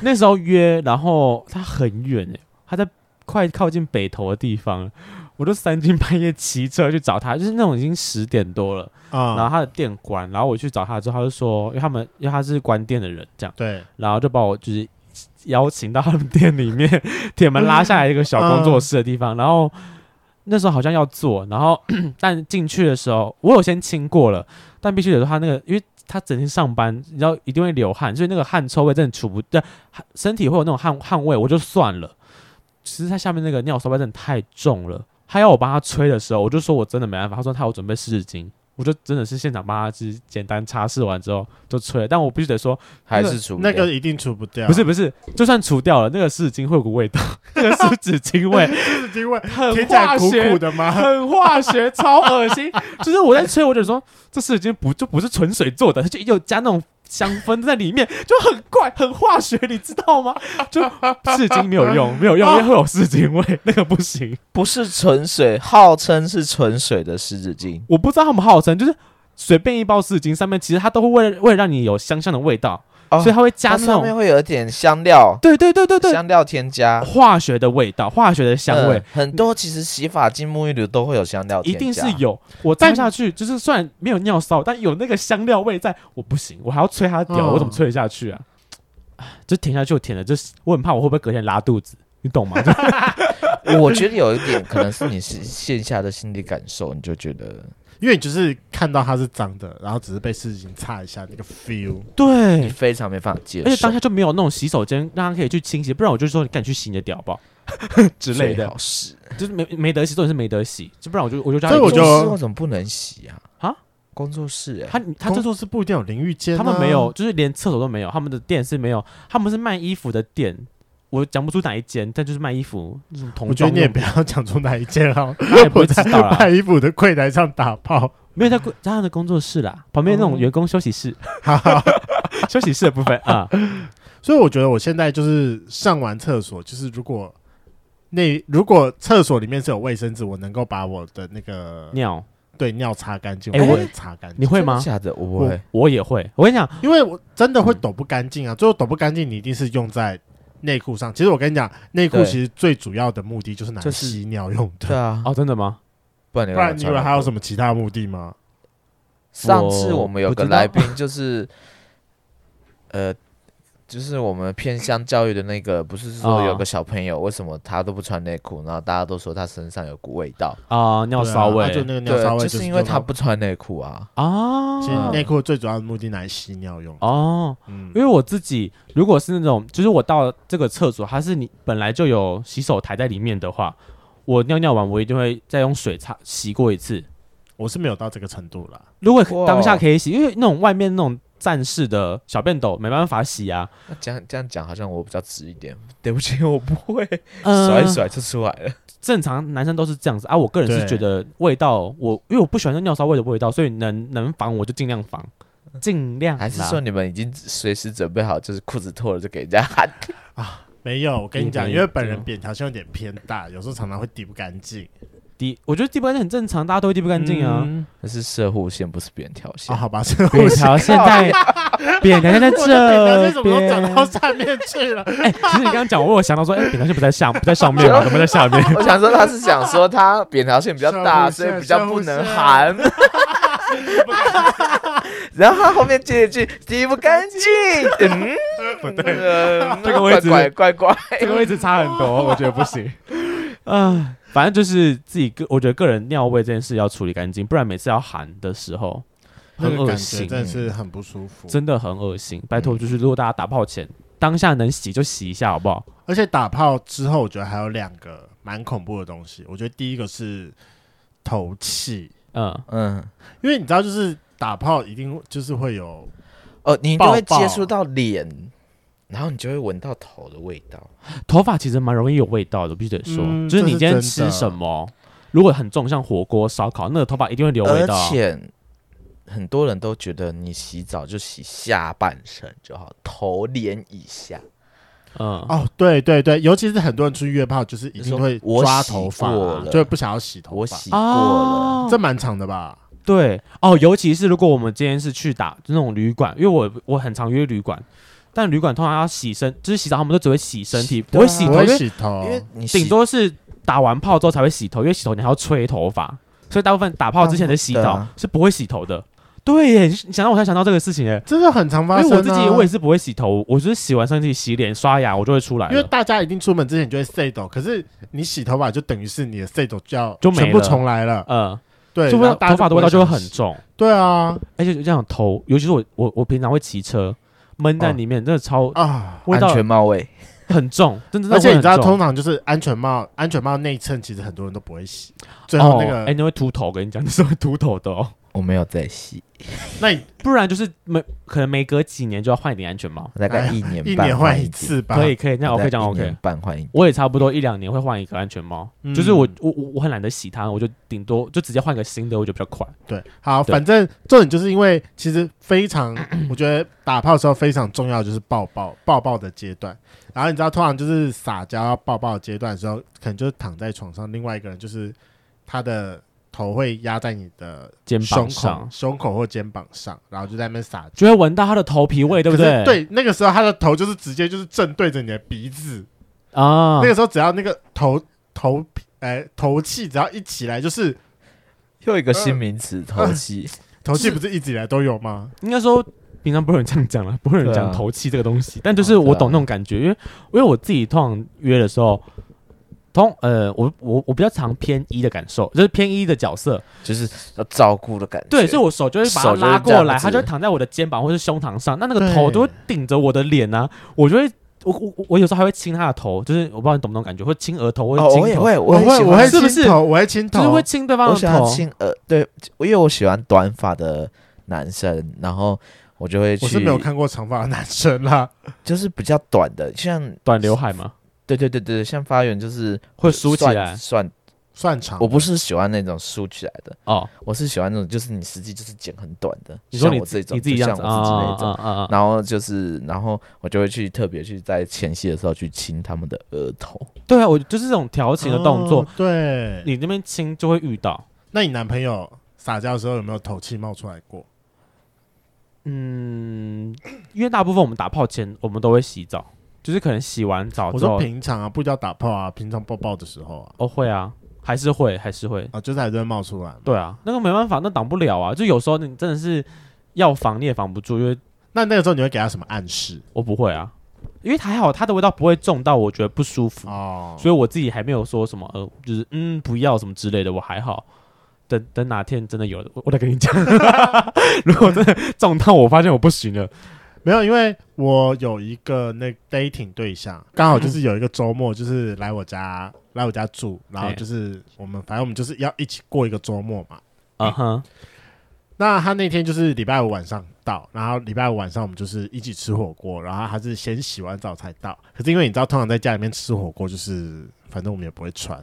C: 那时候约，然后他很远，哎，他在快靠近北投的地方，我就三更半夜骑车去找他，就是那种已经十点多了。然
A: 啊，
C: 后他的店关，然后我去找他之后，他就说，因为他们因为他是关店的人，这样，
A: 对，
C: 然后就把我就是邀请到他们店里面铁门拉下来一个小工作室的地方，然后那时候好像要做，然后 但进去的时候我有先亲过了，但必须得说他那个因为。他整天上班，你知道一定会流汗，所以那个汗臭味真的除不掉，汗身体会有那种汗汗味，我就算了。其实他下面那个尿骚味真的太重了，他要我帮他吹的时候，我就说我真的没办法。他说他有准备湿纸巾，我就真的是现场帮他就是简单擦拭完之后就吹了。但我必须得说，
D: 还是除
A: 那个一定除不掉，
C: 不是不是，就算除掉了，那个湿纸巾会有个味道，那个湿纸巾味
A: 是 因为
C: 很
A: 听起来
C: 化
A: 苦苦
C: 学，
A: 的吗？
C: 很化学，超恶心。就是我在吹，我就说这湿纸巾不就不是纯水做的，它就又加那种香氛在里面，就很怪，很化学，你知道吗？就湿巾没有用，没有用，因为会有湿巾味，那个不行。
D: 不是纯水，号称是纯水的湿纸巾，
C: 我不知道他们号称就是。随便一包湿巾上面，其实它都会为了为了让你有香香的味道，
D: 哦
C: 所以它会加
D: 它
C: 那
D: 上面
C: 种
D: 会有一点香料，
C: 对对对对对
D: 香料添加
C: 化学的味道、化学的香味
D: 嗯。很多。其实洗发精、沐浴露都会有香料添
C: 一
D: 加，
C: 定是有。我站下去，就是虽然没有尿骚，但有那个香料味在，我不行，我还要吹它屌，
A: 嗯
C: 我怎么吹得下去啊？唉 就舔下去，我舔了，就是我很怕我会不会隔天拉肚子，你懂 吗？就
D: 我觉得有一点可能是你是线下的心理感受，你就觉得
A: 因为你就是看到它是脏的，然后只是被湿纸巾擦一下那个 feel。
D: 你
C: 对，
D: 非常没办法接受，
C: 嗯而且当下就没有那种洗手间让他可以去清洗，不然我就说你赶紧去洗你的屌吧之类
D: 最
C: 的，
D: 好是。
C: 就是没没得洗，重点是没得洗，就不然我就我就叫他
A: 所以我
C: 去
A: 就
D: 工作室为什么不能洗啊？
C: 啊，
D: 工作室哎、
C: 他他
A: 工
C: 就
A: 作室不一定有淋浴间啊，
C: 他们没有，就是连厕所都没有，他们的店是没有，他们是卖衣服的店。我讲不出哪一间，但就是卖衣服，那种童
A: 我觉得
C: 装
A: 你也
C: 用
A: 不要讲出哪一件 啊，
C: 他也不
A: 我
C: 会知
A: 在
C: 道啦。
A: 卖衣服的柜台上打 炮。
C: 没有在在他的工作室啦，旁边那种员工休息室，哦 休息室的部分啊，
A: 所以我觉得我现在就是上完厕所，就是如果那如果厕所里面是有卫生纸，我能够把我的那个
C: 尿
A: 对尿擦干净，
C: 哎
A: 我
C: 我
A: 会擦干
C: 你
A: 净，
C: 会吗？
D: 真的假的，我不会。
C: 我也会，我跟你讲，
A: 因为我真的会抖不干净啊。最后抖不干净，你一定是用在内裤上。其实我跟你讲，内裤
D: 对
A: 其实最主要的目的就是拿来
D: 就是
A: 吸尿用的，
D: 对啊，
C: 哦，真的吗？
D: 不然你
A: 不然你以为
C: 啊
A: 还有
D: 么？
A: 什么其他目的吗？
D: 上次我们有
C: 我不
D: 个
C: 知道
D: 来宾就是，呃，就是我们偏向教育的那个，不是说
C: 哦
D: 有个小朋友为什么他都不穿内裤，然后大家都说他身上有股味道，
C: 啊，尿骚
A: 对啊就
C: 味
A: 那个尿
D: 对
A: 骚，味，
D: 就是因为他不穿内裤啊。
C: 啊
A: 其实内裤最主要的目的拿来吸尿用。
C: 哦，
A: 嗯
C: 因为我自己如果是那种，就是我到这个厕所，它是你本来就有洗手台在里面的话，我尿尿完我一定会再用水擦洗过一次。
A: 我是没有到这个程度啦。
C: 如果
D: 哇
C: 当下可以洗，因为那种外面那种站式的小便斗没办法洗啊，
D: 那这样这样讲好像我比较直一点，对不起，我不会，
C: 呃
D: 甩一甩就出来了。
C: 正常男生都是这样子啊。我个人是
A: 对
C: 觉得味道，我因为我不喜欢那尿骚味的味道，所以能能防我就尽量防，尽量啦。
D: 还是说你们已经随时准备好，就是裤子脱了就给人家喊？
A: 没有，我跟你讲，
C: 嗯
A: 因为本人扁条线有点偏大，有时候常常会滴不干净。
C: 滴？我觉得滴不干净很正常，大家都会滴不干净啊。
A: 嗯
D: 那是射护线，不是扁条
A: 啊，。
D: 线
A: 好吧，这个
C: 扁
A: 我是
C: 条现在，扁条现在
A: 我的扁条线
C: 这
A: 怎么都
C: 边
A: 长。到下面去了？
C: 哎，其实你刚刚讲，我有想到说，哎，扁条线不在上，不在上面 吗？怎么在下面？
D: 我想说他是想说他扁条线比较大，
A: 射
D: 所
A: 护线
D: 以比较不能含。 然后他后面接一句“滴不干净”， 嗯，
A: 不对，
D: 对
C: 这个位置
D: 怪怪怪怪，
C: 这个位置差很多，我觉得不 行。啊，反正就是自己个，我觉得个人尿味这件事要处理干净，不然每次要喊的时候
A: 那
C: 很
A: 个
C: 恶
A: 感觉
C: 心欸
A: 真，的是很不舒服。
C: 真的很恶心。拜托，就是如果大家打炮前当下能洗就洗一下，好不好？
A: 而且打炮之后，我觉得还有两个蛮恐怖的东西。我觉得第一个是头气，
C: 嗯，
D: 嗯，
A: 因为你知道，就是打炮一定就是会有，
D: 哦，你就会
A: 抱抱
D: 接触到脸，然后你就会闻到头的味道。
C: 头发其实蛮容易有味道的，必须得说，
A: 嗯
C: 就是你今天
A: 这是真
C: 吃
A: 的
C: 什么，如果很重，像火锅、烧烤，那个头发一定会留味
D: 而
C: 道。
D: 且很多人都觉得你洗澡就洗下半身就好，头脸以下。
C: 嗯，
A: 哦，对对对，尤其是很多人出去约炮，就是一定会
D: 就是我
A: 抓头发
D: 洗过
A: 啊，
D: 了
A: 就会不想要洗头
D: 我
A: 发，
D: 洗过
C: 哦
D: 了，
A: 这蛮长的吧？
C: 啊对哦，尤其是如果我们今天是去打就那种旅馆，因为我我很常约旅馆，但旅馆通常要洗身，就是洗澡他们都只会洗身体，不会洗
A: 不
C: 头，
A: 会
C: 因为
A: 洗头
D: 因，为你洗
C: 顶多是打完炮之后才会洗头，因为洗头你还要吹头发，所以大部分打炮之前的洗
D: 对
C: 澡
D: 啊
C: 是不会洗头的。对耶，你你想到我才想到这个事情耶，
A: 真的很常
C: 因
A: 发
C: 为
A: 生、啊。
C: 我自己我也是不会洗头，我就是洗完身体、洗脸、刷牙，我就会出来
A: 因为
C: 了。
A: 大家一定出门之前就会 say 抖，可是你洗头发就等于是你的 say 抖就要
C: 就没了
A: 全部重来了，
C: 嗯，
A: 对，
C: 就
A: 然
C: 会
A: 后大家
C: 头发的味道就
A: 就
C: 会
A: 不想
C: 很
A: 洗，
C: 重，
A: 对啊
C: 而且就这样头，尤其是我我我平常会骑车，闷在
D: 哦
C: 里面，真的超
A: 啊。
C: 味道
D: 安全帽味，
C: 很重，真的。
A: 而且你知道，
C: 真的会
A: 通
C: 很重
A: 常就是安全帽，安全帽内衬其实很多人都不会洗，最后那
C: 哦
A: 个，
C: 哎、你会秃头，跟你讲， 你是会秃头的哦。
D: 我没有在洗，
A: 那你
C: 不然就是每可能每隔几年就要换一顶安全帽。
D: 大概
A: 哎
D: 一年
A: 一
D: 半
A: 年换
D: 换
A: 一
D: 顶，
A: 次吧，
C: 可以可以，那
D: 大概
C: OK 这样
D: 一年
C: OK。
D: 半换一
C: 我也差不多一两年会换一个安全帽，
A: 嗯
C: 就是我我我我很懒得洗它，我就顶多就直接换个新的，我觉得比较快。
A: 对，好，
C: 对
A: 反正重点就是因为其实非常，我觉得打炮的时候非常重要的就是抱抱抱抱的阶段。然后你知道，通常就是撒娇要抱抱的阶段的时候，可能就是躺在床上，另外一个人就是他的头会压在你的
C: 肩
A: 胸
C: 膀
A: 口
C: 上、
A: 胸口或肩膀上，然后就在那边撒娇。
C: 就会闻到它的头皮味，对不
A: 可是
C: 对？
A: 对，那个时候他的头就是直接就是正对着你的鼻子，
C: 啊
A: 那，个时候只要那个头头皮哎、头气只要一起来，就是
D: 又一个新名词，头气。
A: 头气不是一直以来都有吗？
C: 应该说平常不会有人这样讲了，不会有人
D: 对
C: 讲
D: 啊
C: 头气这个东西，但就是我懂那种感觉，因为因为我自己通常约的时候，通呃，我我我比较常偏一的感受，就是偏一的角色，
D: 就是要照顾的感觉。
C: 对，所以我手就会把它
D: 手就是
C: 拉
D: 这
C: 过
D: 样
C: 来，
D: 子
C: 它就会躺在我的肩膀或是胸膛上，那那个
A: 对
C: 头都会顶着我的脸啊，我就会。我我我我有时候还会亲他的头，就是我不知道你懂不懂感觉，会亲额头，或者
D: 哦，我
C: 亲
D: 也
C: 头，
D: 会，
A: 我
D: 也喜
A: 会，
D: 欢
A: 我会
C: 是不是
A: 亲头，我会亲头，
C: 就是会亲对方
D: 我
C: 的
D: 喜欢
C: 头。
D: 亲耳，对，因为我喜欢短发的男生，然后我就会去，
A: 我是没有看过长发的男生 啦，
D: 就是比较短的，像
C: 短刘海嘛，
D: 对对对对，像发源就是
C: 会梳起
D: 算
C: 来
D: 算，
A: 算长。
D: 我不是喜欢那种梳起来的，
C: 哦。
D: 我是喜欢那种就是你实际就是剪很短的，
C: 你说
D: 像
C: 你
D: 我这种，
C: 你自己
D: 就
C: 这样
D: 像
C: 子
D: 我自己那
C: 啊
D: 种。
C: 啊啊啊！
D: 然后就是，然后我就会去特别去在前戏的时候去亲他们的额头，
C: 对啊，我就是这种调情的动作
A: 哦，对，
C: 你那边亲就会遇到。
A: 那你男朋友撒娇的时候有没有头气冒出来过？
C: 嗯，因为大部分我们打炮前，我们都会洗澡，就是可能洗完澡
A: 我
C: 之
A: 说
C: 后，
A: 平常啊，不一定要打炮啊，平常抱抱的时候啊，
C: 哦会啊，还是会，还是会，
A: 啊，就是还是会冒出来嘛。
C: 对啊，那个没办法，那挡不了啊。就有时候你真的是要防你也防不住，因为
A: 那那个时候你会给他什么暗示？
C: 我不会啊，因为还好它的味道不会重到我觉得不舒服，
A: 哦，
C: 所以我自己还没有说什么呃，就是嗯不要什么之类的，我还好。等等哪天真的有了，我我再跟你讲。 如果真的重到我发现我不行了，
A: 没有，因为我有一个那 dating 对象，刚好就是有一个周末，就是来我家来我家住，然后
C: 对
A: 就是我们反正我们就是要一起过一个周末嘛。
C: 嗯哼，
A: 那他那天就是礼拜五晚上到，然后礼拜五晚上我们就是一起吃火锅，然后他是先洗完澡才到。可是因为你知道，通常在家里面吃火锅就是，反正我们也不会穿，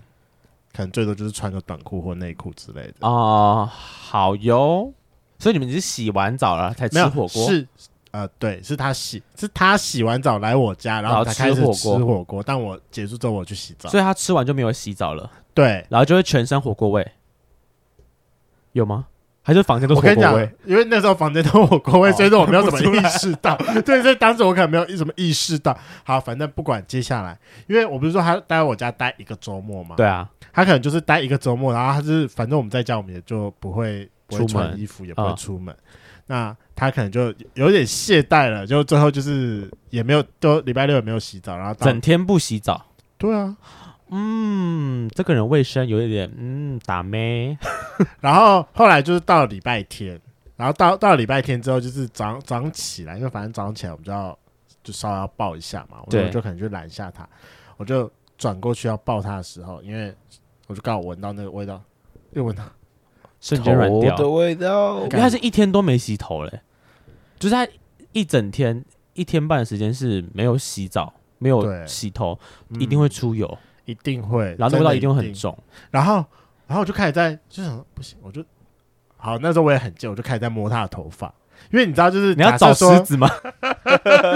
A: 可能最多就是穿个短裤或内裤之类的。
C: 哦，好哟。所以你们只是洗完澡了才
A: 没
C: 吃
A: 有
C: 火锅？
A: 是呃，对，是他洗，是他洗完澡来我家，然
C: 然
A: 后
C: 后
A: 才
C: 吃
A: 开始
C: 火锅
A: 吃火锅。但我结束之后我去洗澡，
C: 所以他吃完就没有洗澡了，
A: 对。
C: 然后就会全身火锅味，有吗？还是房间都
A: 我
C: 是火
A: 跟你
C: 锅
A: 讲
C: 味？，
A: 因为那时候房间都有火锅味，
C: 哦
A: 所以说我没 有怎么意识到。对，所以当时我可能没有什么意识到。好，反正不管接下来，因为我不是说他待在我家待一个周末嘛，
C: 对啊，
A: 他可能就是待一个周末，然后他是反正我们在家，我们也就不会不会
C: 出门
A: 穿衣服，也不会
C: 啊
A: 出门。那他可能就有点懈怠了，就最后就是也没有，就礼拜六也没有洗澡，然后到
C: 整天不洗澡。
A: 对啊，
C: 嗯，这个人卫生有一点，嗯，打咩？
A: 然后后来就是到了礼拜天，然后到到了礼拜天之后，就是早上早上起来，因为反正早上起来我们就要就稍微要抱一下嘛，我就
C: 对
A: 我就可能就拦下他，我就转过去要抱他的时候，因为我就刚好闻到那个味道，又闻到，
C: 瞬间软
D: 头
C: 掉，哦
D: 的
A: 啊
D: 味道
C: 因为他是一天都没洗头嘞，就是他一整天一天半的时间是没有洗澡，没
A: 对
C: 有洗头，
A: 嗯
C: 一定会出油，
A: 一定会，
C: 然后那味
A: 真
C: 道
A: 的
C: 一
A: 一
C: 定会很重。
A: 然后然后我就开始在就想说不行，我就好那时候我也很贱，我就开始在摸他的头发。因为你知道，就是
C: 你要
A: 假
C: 找
A: 设说
C: 狮子吗？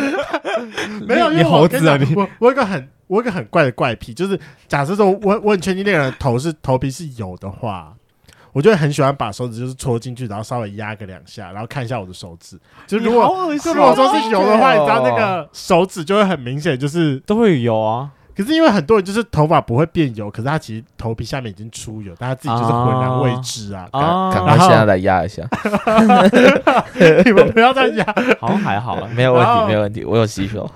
A: 没 有，因
C: 你
A: 为我
C: 猴子啊
A: 跟
C: 你
A: 讲我我有一个很我有一个很怪的怪癖，就是假设说我我很确定那个人的头是头皮是油的话，我就会很喜欢把手指就是戳进去，然后稍微压个两下，然后看一下我的手指。就如果就
C: 哦
A: 如果说是油的话，你知道那个手指就会很明显，就是
C: 都会有啊，
A: 可是因为很多人就是头发不会变油，可是他其实头皮下面已经出油，但他自己就是浑然未知啊。
C: 啊
D: 赶
A: 然
D: 快
A: 后
D: 现在来压一下，
A: 你们不要再压
C: 好像还好啊
D: 没有问
A: 然后
D: 题，没有问题，我有洗手。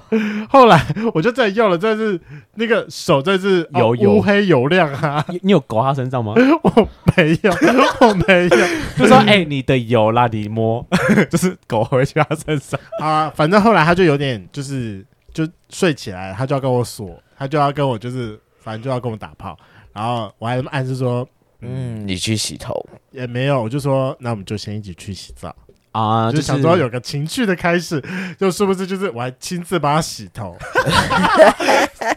A: 后来我就再用了，这是那个手，这是哦
C: 油油
A: 乌黑油亮啊！
C: 你你有勾他身上吗？
A: 我没有， 我没有
C: 就 说哎、你的油啦，你摸，就是狗回去他身 上。
A: 啊。反正后来他就有点就是就睡起来，他就要跟我锁，他就要跟我就是反正就要跟我打炮，然后我还暗示说
D: 嗯，你去洗头，
A: 也没有，我就说那我们就先一起去洗澡，
C: 啊，
A: 就是想说有个情趣的开始，就是不是就是我还亲自帮他洗 头，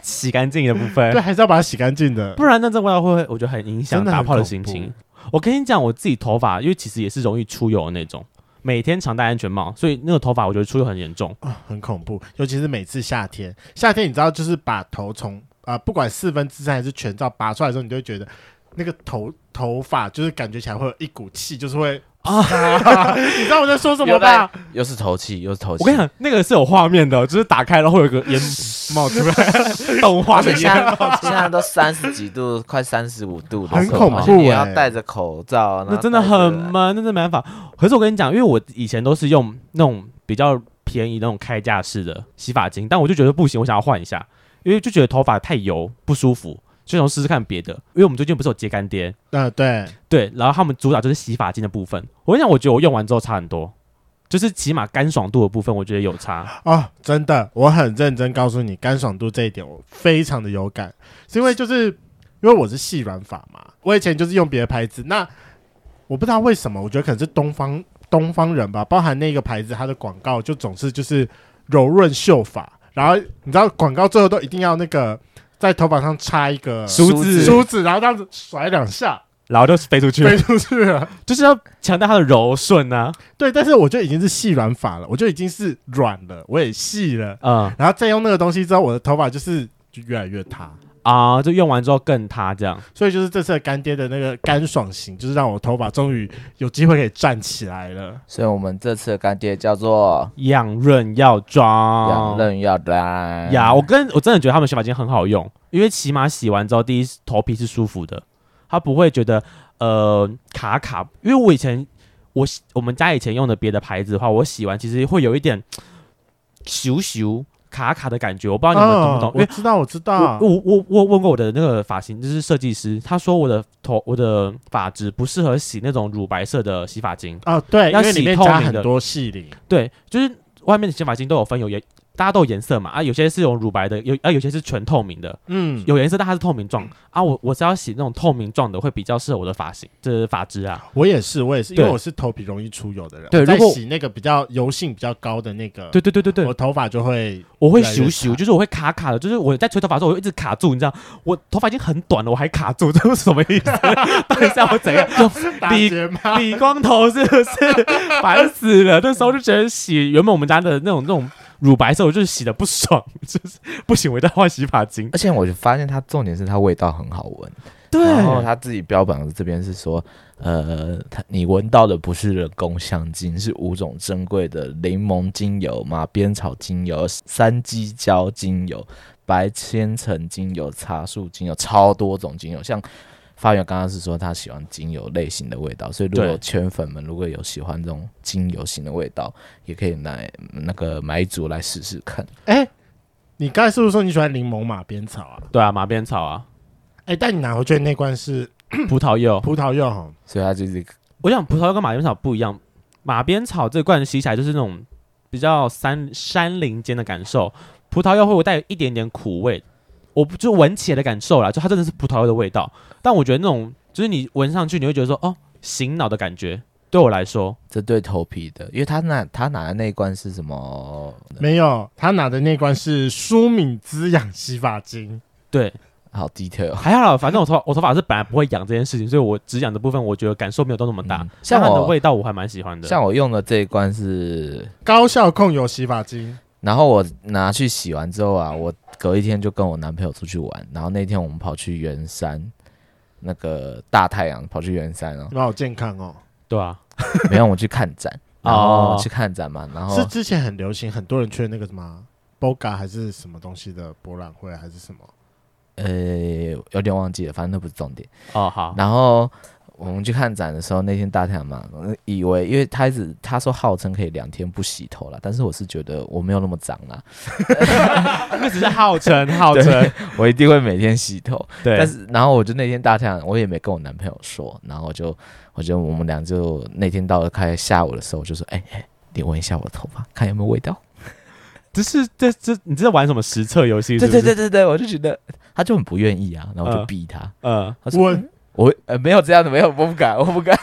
C: 洗干净的部
A: 对，
C: 分，
A: 还是要把它洗干净的
C: 不。然那这味道会会，我觉得很影响
A: 真的
C: 打
A: 很
C: 炮的
A: 恐
C: 心
A: 怖
C: 情。我跟你讲，我自己头发，因为其实也是容易出油的那种，每天常戴安全帽，所以那个头发我觉得出油很严重。
A: 啊，很恐怖，尤其是每次夏天，夏天你知道，就是把头从啊、不管四分之三还是全罩拔出来的时候，你就会觉得那个头头发就是感觉起来会有一股气，就是会啊， 你知道我在说什么吧？
D: 又是头气，又是头气。
C: 我跟你讲，那个是有画面的，就是打开然后会有个烟冒出 来，动画
D: 而
C: 的
D: 且现
C: 烟。
D: 在现在都三十几度，快三十五度了，
A: 很
D: 可
A: 恐
D: 怕
A: 怖
D: 你
A: 欸
D: 要戴着口罩，然后
C: 那真的
D: 戴着
C: 很闷，那真的没办法。可是我跟你讲，因为我以前都是用那种比较便宜的那种开架式的洗发精，但我就觉得不行，我想要换一下，因为就觉得头发太油不舒服，就想试试看别的。因为我们最近不是有接干爹，
A: 呃，对，
C: 对，然后他们主打就是洗发精的部分。我跟你讲，我觉得我用完之后差很多，就是起码干爽度的部分，我觉得有差。
A: 哦，真的，我很认真告诉你，干爽度这一点我非常的有感，是因为就是因为我是细软发嘛，我以前就是用别的牌子，那我不知道为什么，我觉得可能是东方东方人吧，包含那个牌子它的广告就总是就是柔润秀发，然后你知道广告最后都一定要那个在头发上插一个
C: 梳子
A: 梳子，然后这样子甩两下
C: 然后就飞出去
A: 飞，出去了。
C: 就是要强调它的柔顺啊，
A: 对，但是我就已经是细软发了，我就已经是软了，我也细了。
C: 嗯
A: 然后再用那个东西之后，我的头发就是就越来越塌。
C: 啊，就用完之后更塌这样。
A: 所以就是这次的干爹的那个干爽型，就是让我头发终于有机会可以站起来了。
D: 所以我们这次的干爹叫做
C: 养润药妆，
D: 养润药
C: 哦
D: 丹。
C: 呀
A: 嗯
C: 我跟我真的觉得他们洗发精很好用，因为起码洗完之后，第一头皮是舒服的，它不会觉得呃卡卡。因为我以前我洗我们家以前用的别的牌子的话，我洗完其实会有一点咻咻卡卡的感觉，我不知道你们懂不懂，因
A: 哦我
C: 为
A: 知道，我知道，
C: 我我我我问过我的那个发型就是设计师，他说我的头我的发质不适合洗那种乳白色的洗发精，
A: 啊，对，因
C: 要
A: 为里
C: 洗
A: 面
C: 透
A: 加
C: 明
A: 很
C: 的
A: 多细鳞，
C: 对，就是外面的洗发精都有分有颜，大家都有颜色嘛，啊，有些是用乳白的，有啊有些是全透明的，
A: 嗯，
C: 有颜色但它是透明状啊，我我是要洗那种透明状的会比较适合我的发型，这、是发质啊，
A: 我也是，我也是，因
C: 对
A: 为我是头皮容易出油的人，
C: 对
A: 我在
C: 如果
A: 洗那个比较油性比较高的那个，
C: 对对对对对
A: 我，头发就会
C: 我会
A: 越来越
C: 咻咻，
A: 长
C: 就是我会卡卡的，就是我在吹头发的时候，我会一直卡住，你知道，我头发已经很短了，我还卡住， 这是什么意思？到底是要我怎 样？
A: 打
C: 比
A: 结吗？
C: 理光头是不是？ 烦死了！那时候就觉得洗原本我们家的那种那种乳白色，我就是洗的不爽， 就是不行，我一定要换洗发精。
D: 而且我就发现它重点是它味道很好闻，
C: 呃对
D: 然后它自己标榜的这边是说，呃，它你闻到的不是人工香精，是五种珍贵的柠檬精油、马鞭草精油、山鸡椒精油、白千层精油、茶树精油，超多种精油。像发源刚刚是说他喜欢精油类型的味道，所以如
C: 对
D: 果圈粉们如果有喜欢这种精油型的味道，也可以来那个买一组来试试看。
A: 哎，你刚才是不是说你喜欢柠檬马鞭草啊？
C: 对啊，马鞭草 啊，
A: 哎，但你拿回去的那罐是
C: 葡萄柚。
A: 葡萄柚哈，
D: 所以它就是
C: 我想葡萄柚跟马鞭草不一样，马鞭草这罐洗起来就是那种比较山山林间的感受，葡萄柚会有带有一点点苦味，我不就闻起来的感受啦，就它真的是葡萄柚的味道，但我觉得那种就是你闻上去你会觉得说哦醒脑的感觉，对我来说，
D: 这对头皮的，因为他拿他拿的那一罐是什么？
A: 没有，他拿的那罐是舒敏滋养洗发精，
C: 对，
D: 好 detail，
C: 还好啦，反正我头发我头发是本来不会痒这件事情，所以我止痒的部分我觉得感受没有到那么大，
D: 嗯
C: 像
D: 像
C: 它的
D: 我
C: 味道我还蛮喜欢的，
D: 像我用的这一罐是，
A: 高效控油洗发精。
D: 然后我拿去洗完之后啊，我隔一天就跟我男朋友出去玩，然后那天我们跑去圆山，那个大太阳跑去圆山 哦
A: 你，们好健康哦！
C: 对啊，
D: 没有我去看展，然
C: 哦
D: 后去看展嘛，然
A: 是
D: 后
A: 之前很流行，很多人去那个什么 BOGA 还是什么东西的博览会还是什么？
D: 呃有点忘记了，反正那不是重点。
C: 哦好，
D: 然后我们去看展的时候，那天大太阳嘛，我以为因为他一直他说号称可以两天不洗头了，但是我是觉得我没有那么脏啦，
C: 那只是号称号称，
D: 对，我一定会每天洗头。
C: 对，
D: 但是然后我就那天大太阳，我也没跟我男朋友说，然后我就我就我们俩就那天到了快下午的时候，我就说，哎、哎、你闻一下我的头发，看有没有味道。
C: 这是这这你这在玩什么实测游戏？
D: 对对对
C: 对，
D: 对对，我就觉得他就很不愿意啊，然后我就
C: 嗯
D: 逼他，
C: 嗯，
D: 他说
A: 我
D: 嗯我呃没有这样的，没有，我不敢，我不敢。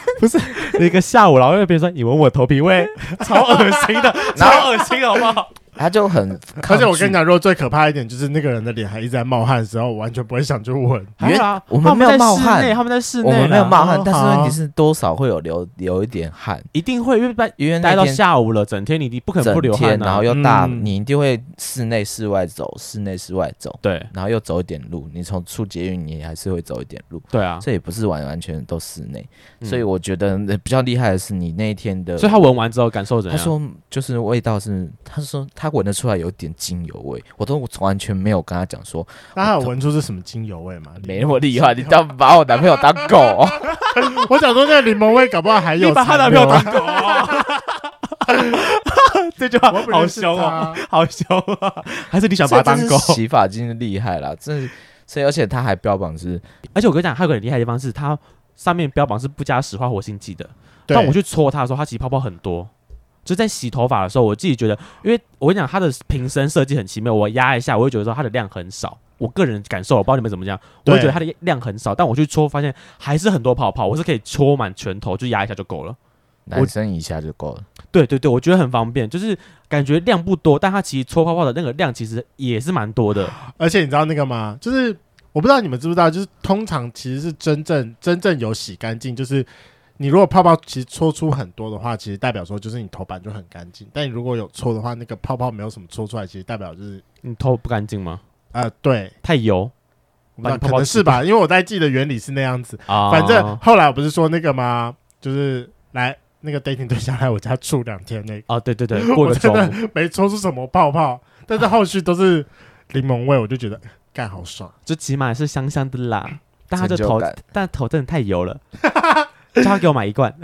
C: 一个下午，然后又别人说你闻我头皮 味，超恶心的，
D: 然后
C: 超恶心，好不 好？
D: 他就很，
A: 而且我跟你
D: 讲，
A: 讲，如果最可怕一点就是那个人的脸还一直在冒汗的时候，我完全不会想去闻。
D: 因为
C: 没有啊
D: 我们没有
C: 他在
D: 冒
C: 室
D: 汗
C: 内他们在室内
D: 我
C: 啦，
D: 们没有冒汗
A: 哦，
D: 但是
A: 好
D: 问题是多少会有流流一点汗，
C: 一定会，因为待
D: 因为
C: 待
D: 那
C: 到
D: 天
C: 下午了，整天你你不可能不
D: 整
C: 流
D: 天，
C: 汗啊
D: 然后又大，
A: 嗯
D: 你一定会室内室外走，室内室外走，
C: 对
D: 然后又走一点路，你从出捷运你还是会走一点路，
C: 对啊，
D: 这也不是完完全都室内，
C: 嗯
D: 所以我觉得呃比较厉害的是你那一天的，啊
C: 所以他闻完之后感受怎
D: 他
C: 样？
D: 说就是味道是，他说他闻得出来有点精油味，我都完全没有跟他讲说
A: 大家有闻出是什么精油味 吗？
D: 没那么厉 害，你当把我男朋友当狗、
A: 我想说那个柠檬味，搞不好还有。 啊
C: 你把他男朋友当， 狗。啊这句话
A: 我不
C: 好
A: 认识
C: 凶哦，
A: 他
C: 好凶啊！还是你想把他当狗
D: 这？是洗发精厉害啦，这所以而且他还标榜是
C: 而且我跟你讲，还有个很厉害的地方是，它上面标榜是不加石化活性剂的，
A: 对
C: 但我去搓它的时候，它其实泡泡很多。就在洗头发的时候，我自己觉得，因为我跟你讲，它的瓶身设计很奇妙，我压一下，我会觉得说它的量很少。我个人感受，我不知道你们怎么样，我
A: 对
C: 会觉得它的量很少，但我去搓发现还是很多泡泡，我是可以搓满全头，就压一下就够了。
D: 男生一下就够 了。
C: 对对对，我觉得很方便，就是感觉量不多，但它其实搓泡泡的那个量其实也是蛮多的。
A: 而且你知道那个吗？就是我不知道你们知不知道，就是通常其实是真正真正有洗干净，就是你如果泡泡其实搓出很多的话，其实代表说就是你头板就很干净。但你如果有搓的话，那个泡泡没有什么搓出来，其实代表就是
C: 你头不干净吗？
A: 呃，对，
C: 太油
A: 我不知道
C: 把你泡泡
A: 可能是吧，因为我在记的原理是那样子。
C: 啊！
A: 反正后来我不是说那个吗？就是来那个 dating 对象来我家住两天那个。
C: 啊，对对对，过
A: 我
C: 个周
A: 真
C: 末
A: 的 没搓出什么泡泡，但是后续都是柠檬味，我就觉得干好爽。
C: 就起码是香香的啦。但他的
D: 成就
C: 头
D: 感，
C: 但头真的太油了，叫他给我买一 罐，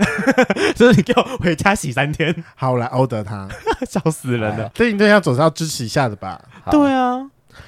C: 就是你给我回家洗三 天，
A: 好，我来欧德他。
C: 笑死 人了。
A: 对你对象总是要支持一下的吧？
D: 好
C: 对啊，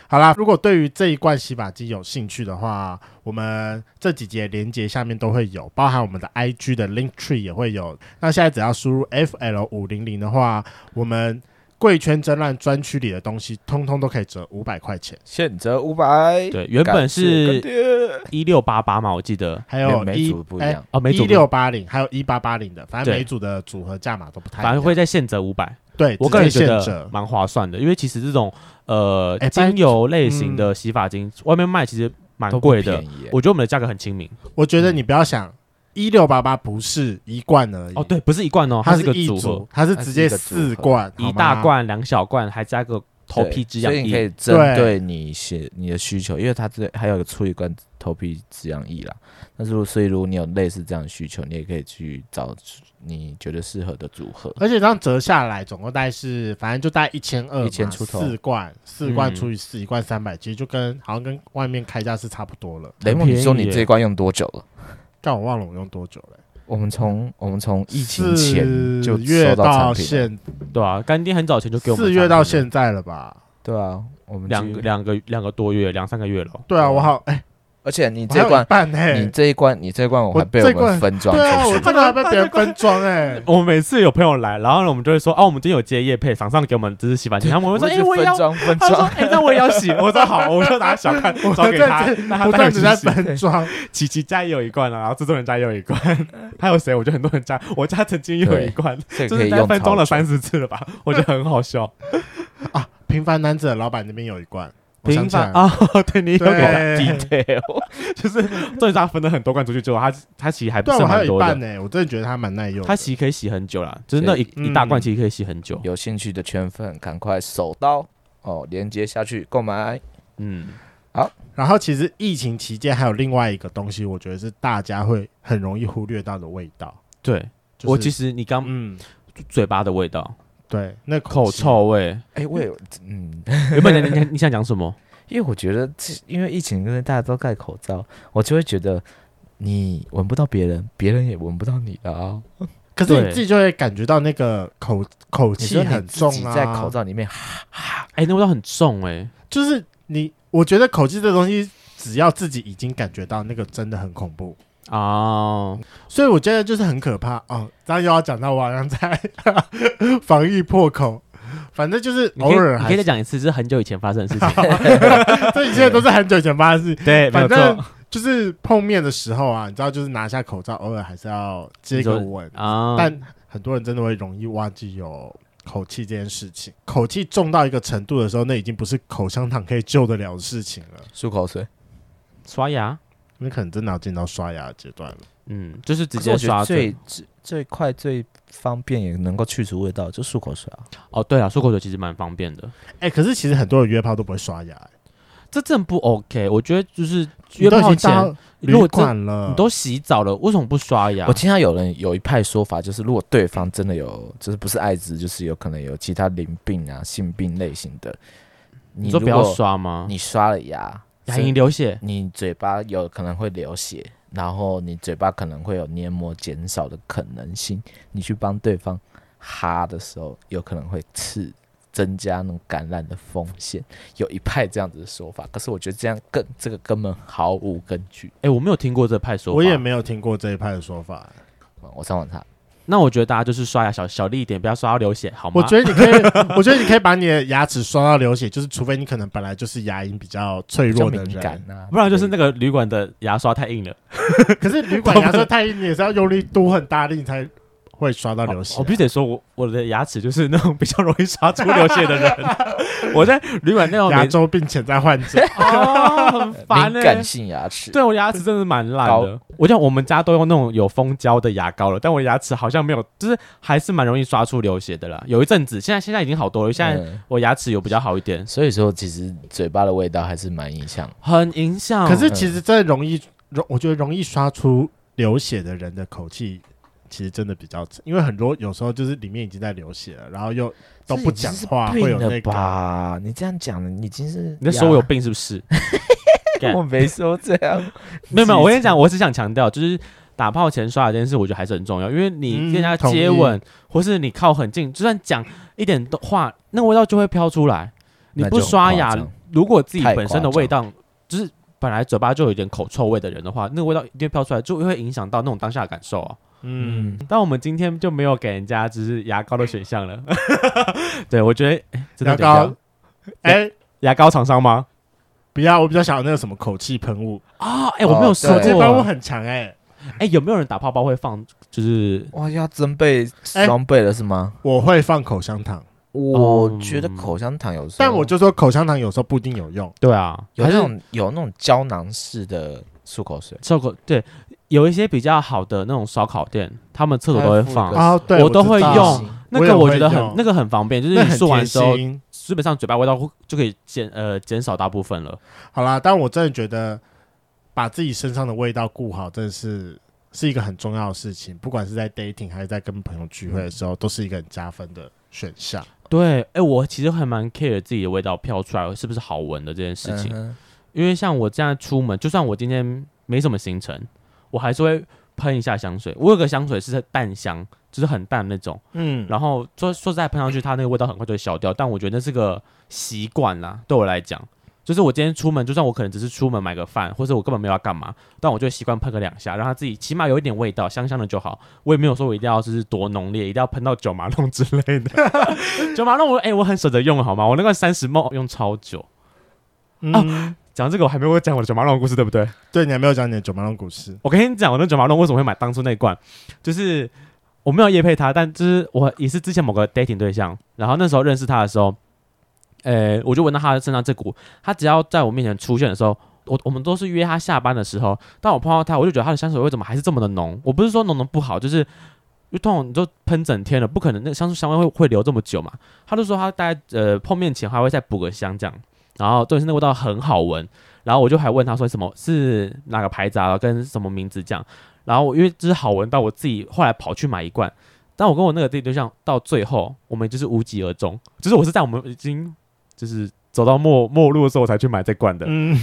A: 好啦，如果对于这一罐洗发精有兴趣的话，我们这几节连接下面都会有，包含我们的 IG 的 Link Tree 也会有。那现在只要输入 FL 五零零的话，我们贵圈争乱专区里的东西，通通都可以折五百块钱，
D: 现折五百。
C: 对，原本
D: 感谢干
C: 是
D: 爹
C: 一六八八嘛，我记得
A: 还
D: 没有
A: 有
D: 每
A: 一哎
D: 组不一样，
C: 哦，没
A: 一
C: 组
A: 六八零，还有一八八零的，反正
C: 对
A: 每组的组合价码都不太一样。
C: 反而会在现折五百，
A: 对，
C: 我个人
A: 直
C: 觉
A: 接现
C: 得
A: 折
C: 蛮划算的，因为其实这种呃
A: 哎拜
C: 精油类型的洗发精，外面卖其实蛮
D: 都不
C: 贵的
D: 便，宜耶
C: 我觉得我们的价格很亲民。
A: 我觉得你不要想一六八八不是一罐而已，
C: 哦，，对，不是一罐哦，
A: 它
C: 是一
A: 是
C: 个
A: 一
C: 组合，
A: 组，它是
D: 它
A: 直
D: 是
A: 接
D: 一个组
A: 四
D: 合
A: 罐，好
C: 一
A: 吗
C: 大。罐、两小罐，还加个头皮
D: 对
C: 止痒
D: 所以你可
C: 液。
D: 以针
A: 对
D: 对你写你的需求，因为它这还有个出一罐头皮止痒液啦。但是如果所以如果你有类似这样的需求，你也可以去找你觉得适合的组合。
A: 而且这样折下来，总共大概是，反正就大概一千二，
D: 1000出头
A: 四罐，四罐
C: 嗯
A: 除以四，一罐三百，其实就跟好像跟外面开价是差不多了。
D: 雷
C: 很
D: 梦，你说
C: 便宜
D: 你
C: 耶
D: 这一罐用多久了？
A: 但我忘了我用多久了、
D: 我们从我们从疫情前就
A: 四
D: 收
A: 月
D: 到
A: 到
D: 产品了，
A: 现，
C: 对啊，干爹很早前就给我们
A: 四月到
C: 产品了
A: 现在了吧？
D: 对啊，我们
C: 两
D: 就
C: 个两个两个多月，两三个月了。
A: 对啊，我好，哎、
D: 而且你
A: 我还
D: 这
A: 有
D: 一
A: 一
D: 罐，
A: 半呢、
D: 你这一罐，你这一罐我
A: 我
D: 还被
A: 这
D: 我
A: 一罐
D: 们分装出
A: 对啊，我
D: 去，
A: 真的还被别人分装哎、
C: 我们每次有朋友来，然后呢，我们就会说啊，我们今天有接叶配，厂商给我们只是洗发精，他们
D: 我
C: 会说，
D: 一
C: 哎，
D: 直
C: 我也
D: 分
C: 要。
D: 装分
C: 他说
D: 装，：“
C: 哎、那我也要洗。”我说：“好，我就拿小看找给他，那他
A: 不断
C: 带回
A: 只
C: 去
A: 在
C: 洗。
A: 分装，
C: 琪琪家也有一罐啊，然后制作人家也有一罐，还有谁？我觉得很多人家，我家曾经也有一罐，
D: 这个
C: 就
D: 可
C: 是
D: 以
C: 大概
D: 用
C: 分装了
D: 超久
C: 三十次了吧，我觉得很好笑。
A: 平凡男子的老板那边有一罐，我想
C: 平
A: 起来
C: 凡啊，对你有给他，
A: 对，
D: 对，
C: 就是重点是他分了很多罐出去之后，他他其实还不
A: 对啊，
C: 是
A: 我还
C: 蛮
A: 有一
C: 多
A: 半
C: 的，
A: 呢、我真的觉得它蛮耐用的。
C: 他其实可以洗很久啦，就是那一
A: 嗯
C: 一大罐其实可以洗很久。
D: 有兴趣的圈粉赶快手刀哦，连接下去购买。
C: 嗯，
A: 然后其实疫情期间还有另外一个东西，我觉得是大家会很容易忽略到的味道。
C: 对
A: 就是、
C: 我其实你刚
A: 嗯，
C: 嘴巴的味道，
A: 对，那
C: 口
A: 气，
C: 臭味，
D: 哎，我有嗯，
C: 原本你你你想讲什么？
D: 因为我觉得这，因为疫情，因为大家都戴口罩，我就会觉得你闻不到别人，别人也闻不到你的啊。
A: 可是你
C: 对
A: 自己就会感觉到那个口口
D: 你
A: 气
D: 说你
A: 很
D: 自
A: 重
D: 己
A: 啊，
D: 在口罩里面，
C: 哎、那味道很重哎、
A: 就是你，我觉得口气这东西，只要自己已经感觉到那个真的很恐怖，
C: 哦，
A: 所以我觉得就是很可怕哦。当然又要讲到我好像在 防疫破口，反正就是
C: 你可
A: 偶
C: 以
A: 尔
C: 你
A: 还
C: 可以再
A: 是，
C: 讲一次，这是很久以前发生的事情。
A: 这一切都是很久以前发生的事。
C: 对，没
A: 反
C: 有
A: 正
C: 错
A: 就是碰面的时候啊，你知道，就是拿下口罩，偶尔还是要接个吻，
C: 啊。
A: 但很多人真的会容易忘记有口气这件事情。口气重到一个程度的时候，那已经不是口香糖可以救得了的事情了，
D: 漱口水，
C: 刷牙，
A: 你可能真的要进到刷牙的阶段了。
C: 嗯，就是直
D: 可是
C: 接
D: 我觉
C: 刷
D: 得
C: 嘴。
D: 最最最快最方便也能够去除味道，就漱口水啊。
C: 哦，对啊，漱口水其实蛮方便的。
A: 哎、可是其实很多人约炮都不会刷牙、欸，
C: 这真的不 OK，我觉得就是
A: 你
C: 约
A: 都已
C: 炮
A: 经
C: 前，
A: 到
C: 如
A: 旅
C: 果真
A: 馆了，
C: 你都洗澡了，为什么不刷牙
D: 我？听到有人有一派说法，就是如果对方真的有，就是不是艾滋，就是有可能有其他淋病啊、性病类型的，
C: 你
D: 你
C: 说
D: 如
C: 不要
D: 果
C: 刷吗？
D: 你刷了牙，
C: 牙
D: 所以
C: 龈流血，
D: 你嘴巴有可能会流血，然后你嘴巴可能会有黏膜减少的可能性。你去帮对方哈的时候，有可能会刺增加那种感染的风险。有一派这样子的说法，可是我觉得这样根这个根本毫无根据。
C: 哎，我没有听过这派说法。
A: 我也没有听过这一派的说法、欸
D: 我上网查，
C: 那我觉得大家就是刷牙小小力一点，不要刷到流血，好吗？
A: 我觉得你可以， 我觉得你可以把你的牙齿刷到流血，就是除非你可能本来就是牙龈比较脆
D: 比较
A: 弱的
D: 敏感
A: 人，
D: 啊，
C: 不然就是那个旅馆的牙刷太硬了。
A: 可是旅馆牙刷太硬，你也是要用力度很大力你才会刷到流血、啊
C: 哦我必须得说，我我的牙齿就是那种比较容易刷出流血的人。 我在旅馆那种
A: 牙
C: 每
A: 周病潜在患 者，
C: 哦，很烦
D: 敏
C: 欸
D: 感性牙齿。
C: 对我牙齿真的蛮烂的。我讲我们家都用那种有蜂胶的牙膏了，但我牙齿好像没有，就是还是蛮容易刷出流血的啦。有一阵子，现在现在已经好多了，现在
D: 嗯
C: 我牙齿有比较好一点，
D: 所以说，其实嘴巴的味道还是蛮影响。
C: 很影响。
A: 可是其实真的容易，容我觉得容易刷出流血的人的口气。其实真的比较，因为很多有时候就是里面已经在流血了，然后又都不讲话，
D: 这已
A: 会
D: 经是
A: 有
D: 病
A: 那
D: 了
A: 个。
D: 吧？你这样讲，你已经是
C: 你在说我有病是不是？啊。
D: 牙？我没说这样
C: 没有没有，我跟你讲，我只想强调，就是打炮前刷牙这件事，我觉得还是很重要，因为你
A: 嗯
C: 跟人家接吻，或是你靠很近，就算讲一点的话，那个味道就会飘出来。你
D: 那
C: 不
D: 就很
C: 刷
D: 夸
C: 牙
D: 张，
C: 如果自己
D: 太
C: 本身的
D: 夸张
C: 味道就是本来嘴巴就有一点口臭味的人的话，那个味道一定会飘出来，就会影响到那种当下的感受啊。
A: 嗯，
C: 但我们今天就没有给人家只是牙膏的选项了。对，我觉得、哎真
A: 牙
C: 的有点像
A: 膏，哎、
C: 牙膏厂商吗？
A: 不要，我比较想要那个什么口气喷雾，
C: 啊，哎、我没有
D: 哦
C: 说
D: 对
A: 口气
C: 过。
A: 喷雾很强哎、
C: 哎、有没有人打泡泡会放？就是
D: 哇，要增倍双倍了是吗？
A: 我会放口香糖，
C: 哦
D: 我觉得口香糖有时候，
A: 但我就说口香糖有时候不一定有用。
C: 对啊，
D: 有
C: 还
D: 那
C: 是
D: 种有那种胶囊式的漱口水，
C: 厕所对，有一些比较好的那种烧烤店，他们厕所都会放
D: 对它。
A: 哦，对，
C: 我都
A: 知
C: 会
A: 道
C: 用，那个
A: 我
C: 哎我
A: 也
C: 觉得
A: 会
C: 很
A: 用
C: 那个很方便，就是
A: 那
C: 你
A: 很
C: 漱完
A: 贴
C: 之后，
A: 心。
C: 基本上嘴巴味道会就可以减呃减少大部分了。
A: 好啦，但我真的觉得把自己身上的味道顾好，真的是是一个很重要的事情。不管是在 dating 还是在跟朋友聚会的时候，都是一个很加分的选项。
C: 对，哎、我其实还蛮 care 自己的味道飘出来是不是好闻的这件事情，
D: 嗯哼
C: 因为像我这样出门，就算我今天没什么行程，我还是会喷一下香水。我有个香水是淡香，就是很淡那种，
A: 嗯，
C: 然后说说实在喷上去，它那个味道很快就会消掉。但我觉得那是个习惯啦，对我来讲，就是我今天出门，就算我可能只是出门买个饭，或者我根本没有要干嘛，但我就习惯喷个两下，让它自己起码有一点味道，香香的就好。我也没有说我一定要就是多浓烈，一定要喷到九马弄之类的。 九马弄我哎、我很舍得用好吗？我那个三十梦用超久。
A: 嗯，
C: 讲这个我还没有讲我的九马弄的故事，对不对？
A: 对你还没有讲你的九马龙股市，
C: 我跟你讲，我那九马龙为什么会买当初那罐，就是我没有夜配他，但就是我也是之前某个 dating 对象，然后那时候认识他的时候，呃，我就闻到他身上这股，他只要在我面前出现的时候。我我们都是约他下班的时候，但我碰到他，我就觉得他的香水味怎么还是这么的浓？我不是说浓浓不好，就是因为通常你就喷整天了，不可能那香香味会会留这么久嘛。他就说他大概呃碰面前还会再补个香这样，然后重点是那味道很好闻，然后我就还问他说什么是哪个牌子啊，跟什么名字这样。然后我因为就是好闻到我自己后来跑去买一罐，但我跟我那个地对象到最后我们就是无疾而终，就是我是在我们已经就是走到末末路的时候我才去买这罐的，
A: 嗯，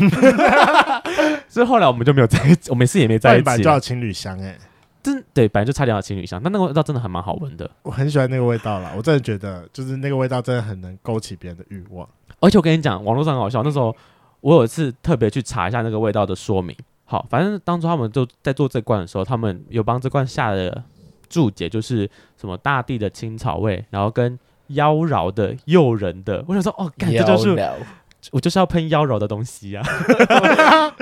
C: 所以后来我们就没有在一起，我们是也没 在
A: 在
C: 一
A: 一啊版
C: 起
A: 就
C: 了。
A: 叫情侣香哎、
C: 真对，本来就差点要情侣相，但那个味道真的还蛮好闻的。
A: 我很喜欢那个味道啦，我真的觉得就是那个味道真的很能勾起别人的欲 望。
C: 而且我跟你讲，网络上很好笑。那时候我有一次特别去查一下那个味道的说明。好，反正当初他们就在做这罐的时候，他们有帮这罐下的注解，就是什么大地的青草味，然后跟妖娆的诱人的。我想说，哦，干，这就是
D: 聊聊
C: 我就是要喷妖娆的东西啊，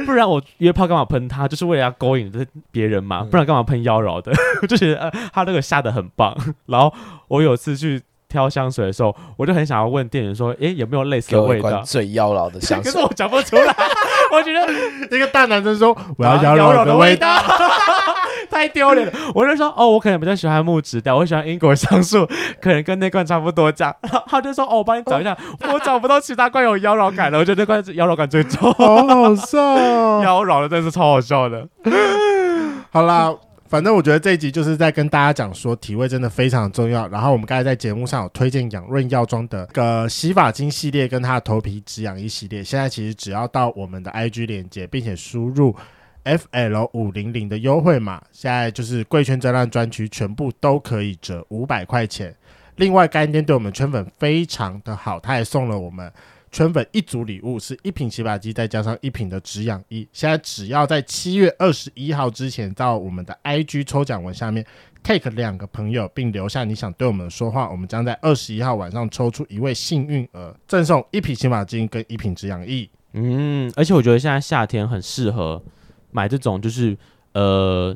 C: 不然我约炮干嘛喷他？就是为了要勾引这别人嘛，
D: 嗯
C: 不然干嘛喷妖娆的？ 我就觉得、呃、他那个下的很棒。然后我有次去挑香水的时候，我就很想要问店员说，诶、有没有类似
D: 给
C: 的
D: 我
C: 味
D: 一
C: 道
D: 罐？最妖娆的香
C: 可
D: 水
C: 是，我讲不出来，我觉得啊
A: 一个大男生说我要
C: 妖
A: 妖娆
C: 的
A: 的味道，
C: 道， 太丢脸了。我就说哦，我可能比较喜欢木质调，我喜欢英国橡树，可能跟那罐差不多这样。然后 他就说哦，我帮你找一下，我找不到其他罐有妖娆感了，我觉得那罐是妖娆感最重。
A: 好好笑、 哦。
C: 妖娆的真是超好笑的，
A: 好啦，反正我觉得这一集就是在跟大家讲说，体味真的非常重要。然后我们刚才在节目上有推荐养润药妆的个洗发精系列跟它的头皮止痒衣系列，现在其实只要到我们的 IG 链接，并且输入。F L 五零零的优惠码，现在就是贵圈专栏专区，全部都可以折五百块钱。另外，干爹对我们圈粉非常的好，他也送了我们圈粉一组礼物是一瓶洗发机，再加上一瓶的止痒衣。现在只要在七月二十一号之前到我们的 IG 抽奖文下面 take 两个朋友，并留下你想对我们说话，我们将在二十一号晚上抽出一位幸运儿，赠送一瓶洗发精跟一瓶止痒液。
C: 嗯，而且我觉得现在夏天很适合买这种就是呃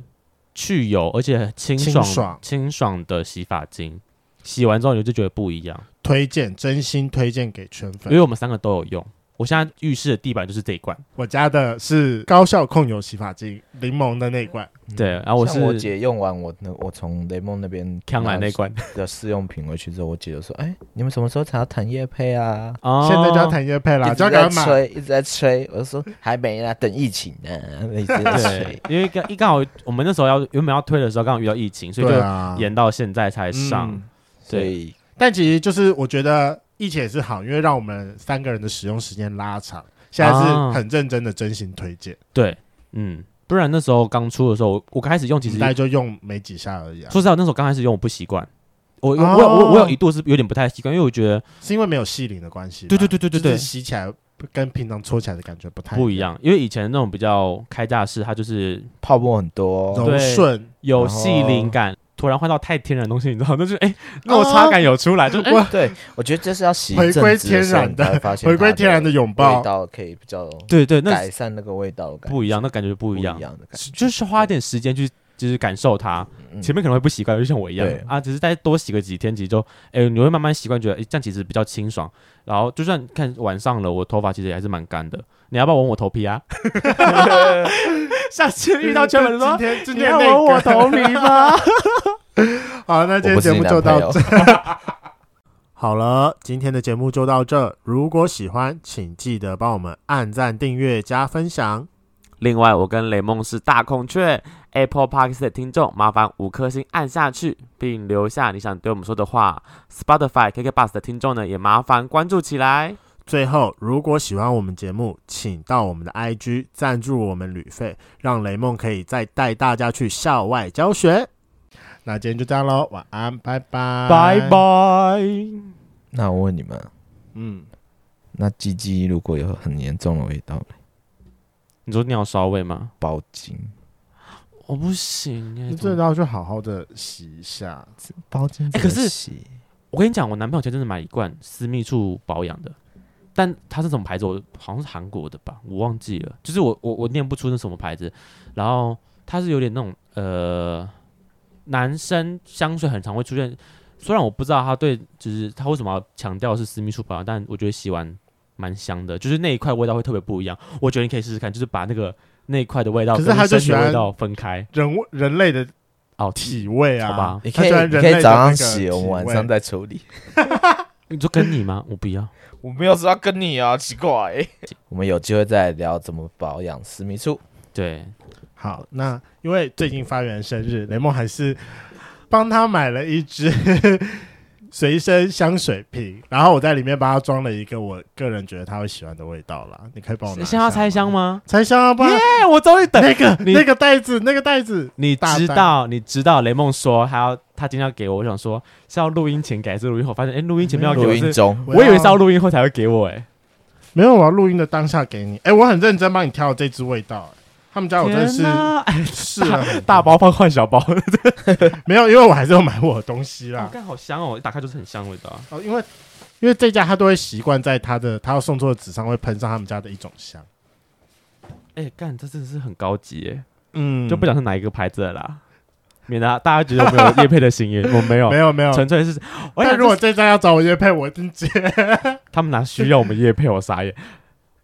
C: 去油而且清爽
A: 清爽
C: 清爽的洗发精，洗完之后你就觉得不一样。
A: 推荐，真心推荐给圈
C: 因为
A: 粉。
C: 我们三个都有用。我现在浴室的地板就是这一罐，
A: 我家的是高效控油洗发精，柠檬的那一罐。
C: 对，然后我
D: 像我
C: 是
D: 姐用完我那我从雷蒙那边
C: 康来那罐，
D: 的试用品回去之后，我姐就说：“哎，你们什么时候才要谈叶配啊？”
C: 哦
A: 现在就 要谈叶配
C: 啊
A: 啦，
D: 一
A: 就要
D: 直
A: 赶快
D: 在
A: 买。
D: 吹，一直在吹。我就说还没啦，等疫情呢、一直在
C: 对
D: 吹。，
C: 因为刚一刚好我们那时候要原本要推的时候，刚好遇到疫情，所以
A: 对
C: 就
A: 啊，
C: 延到现在才
A: 嗯
C: 上。
D: 所以
A: 但其实就是我觉得一起也是好，因为让我们
B: 啊
A: 三个人的使用时间拉长。现在是很认真的真心推荐。
C: 对，嗯，
B: 不然那时候刚出的时候，我我刚开始用其实
A: 大概就用没几下而已啊
B: 说，实在，那时候刚开始用我不习惯，我我
A: 哦
B: 我有我我有一度是有点不太习惯，因为我觉得
A: 是因为没有细鳞的关系吧。
B: 对对对对对对
A: 就是洗起来跟平常搓起来的感觉不太
B: 不一，样，因为以前那种比较开架式，它就是
D: 泡沫很多，
A: 柔顺。
B: 有
D: 然后
B: 细鳞感，突然换到太天然的东西，你知道，那就是哎、 落差感有出来，就是哎、
D: 对我觉得这是要洗一
A: 回
D: 阵
A: 归
D: 子的时
A: 天
D: 候
A: 然的
D: 你才会发
A: 哦
D: 现
A: 回归
D: 它
A: 天然的拥抱
D: 味道可以比较
B: 对对，那
D: 改善那个味道的感觉，
B: 不一样，那感觉不
D: 不
B: 一样，
D: 样的感觉。
B: 就是花一点时间去就是感受它。
D: 嗯
B: 前面可能会不习惯，就像我一样
D: 对
B: 啊，只是再多洗个几天，其实就哎、你会慢慢习惯，觉得哎、这样其实比较清爽。然后就算看晚上了，我头发其实也还是蛮干的。你要不要闻我头皮啊？下次遇到圈 粉说
A: 今，天今
B: 你
A: 天
B: 要
A: 那
B: 闻我
A: 个
B: 头皮吗？
A: 好，那今天
D: 我不是
A: 节
D: 你
A: 目
D: 男
A: 就
D: 朋
A: 到
D: 友
A: 这。，好了，今天的节目就到这。如果喜欢，请记得帮我们按赞、订阅、加分享。
E: 另外，我跟雷梦是大孔雀 Apple Park 的听众，麻烦五颗星按下去，并留下你想对我们说的话。Spotify KK Bus 的听众呢，也麻烦关注起来。
A: 最后，如果喜欢我们节目，请到我们的 IG 赞助我们旅费，让雷梦可以再带大家去校外教学。那今天就这样喽，晚安，拜拜，
B: 拜。拜。
D: 那我问你们，
A: 嗯，
D: 那鸡鸡如果有很严重的味道，
B: 你说尿骚味吗？
D: 包茎，
E: 我不行哎、
A: 这道就好好的洗一下。
D: 包茎
B: 哎可是
D: 洗
B: 我跟你讲，我男朋友前阵子买一罐私密处保养的，但它是什么牌子？我好像是韩国的吧，我忘记了。就是我我我念不出那什么牌子。然后它是有点那种呃，男生香水很常会出现。虽然我不知道他对，就是他为什么要强调是私密处保养，但我觉得洗完蛮香的，就是那一块味道会特别不一样。我觉得你可以试试看，就是把那个那一块的味道
A: 可
B: 跟
A: 是他就
B: 身体
A: 喜
B: 的味
A: 欢
B: 道分开。
A: 人人类的
B: 哦，
A: 体味啊，
B: 好吧
D: 你可
A: 它
D: 以
A: 就在人
D: 你可
A: 类的
D: 以早
A: 那
D: 上
A: 个
D: 洗，我们晚
A: 体味
D: 上再处理。
B: 你说跟你吗？我不要。
D: 我没有说要跟你啊，奇怪、我们有机会再聊怎么保养私密处。
B: 对，
A: 好，那因为最近发源生日，雷梦还是帮他买了一支 随身香水瓶，然后我在里面帮他装了一个我个人觉得他会喜欢的味道啦。你可以帮我拿一下
B: 先要
A: 吗
B: 拆箱？吗？
A: 拆箱啊，不然
B: 哎， 我终于等
A: 那个
B: 你
A: 那个袋子，那个袋子，
B: 你
A: 大
B: 知
A: 单
B: 道，你知道，雷梦说他要他今天要给我，我想说是要录音前给还是录音后？发现哎，录音前面要给
D: 录
B: 我
D: 音
B: 是，
D: 中，
B: 我以为是要录音后才会给我哎。
A: 没有，我要录音的当下给你。哎，我很认真帮你挑这支味道、哎他们家我真的
B: 天
A: 是
B: 哪，哎
A: 试了很多
B: 大，包放换小 包，
A: 没有，因为我还是要买我的东西啦。
B: 看好香哦，一打开就是很香的味道。
A: 哦，因为因为这家他都会习惯在他的他要送错的纸上会喷上他们家的一种香，
B: 哎，干，这真的是很高级哎，
A: 嗯
B: 就不讲是哪一个牌子的啦，免得大家觉得我没有叶配的心意，我没有
A: 没。有没有。
B: 纯粹是，我
A: 但
B: 想
A: 如果这家要找我约配，我一定接。
B: 他们哪需要我们叶配，我傻眼。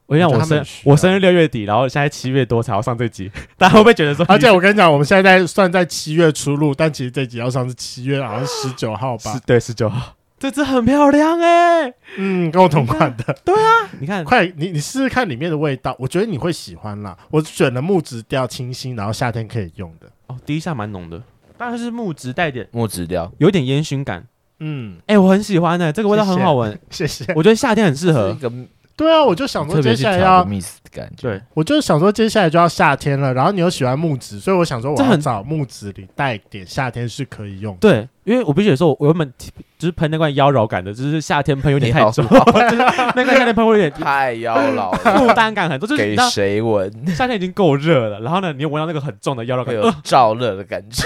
B: 我想
A: 我觉得
B: 我
A: 他们
B: 生
A: 很需要
B: 我生日六月底，然后现在七月多才要上这集， 大家会不会觉得说，
A: 而且我跟你讲，我们现在算在七月初录，但其实这集要上是七月好像十九号吧
B: 是。对十九号，这只很漂亮哎、
A: 嗯，跟我同款的。
B: 啊你看，
A: 快，你你试试看里面的味道，我觉得你会喜欢啦。我选了木质调清新，然后夏天可以用的。
B: 哦，第一下蛮浓的，当然是木质带点，
D: 木质调，
B: 有点烟熏感。
A: 嗯，
B: 哎、我很喜欢的、这个味道
A: 谢谢
B: 很好 闻，
A: 谢谢。
B: 我觉得夏天很适
D: 是
B: 合
D: 一。个
A: 对啊，我就想说
D: 特别
A: 接
D: 是
A: 下来
D: 调
A: 要
D: 个 miss 的感觉。
B: 对，
A: 我就想说，接下来就要夏天了，然后你又喜欢木质，所以我想说，我
B: 这
A: 要
B: 很
A: 找木质里带点夏天是可以用的。
B: 对，因为我必须得说，我原本就是喷那罐妖娆感的，就是夏天喷有点
D: 你
B: 太
D: 好
B: 重， 就是那罐夏天喷会 有 点
D: 太妖娆了，
B: 负担感很重，就是
D: 给
B: 你知道
D: 谁闻
B: 夏天已经够热了，然后呢，你又闻到那个很重的妖娆
D: 会
B: 感，
D: 有燥热的感觉？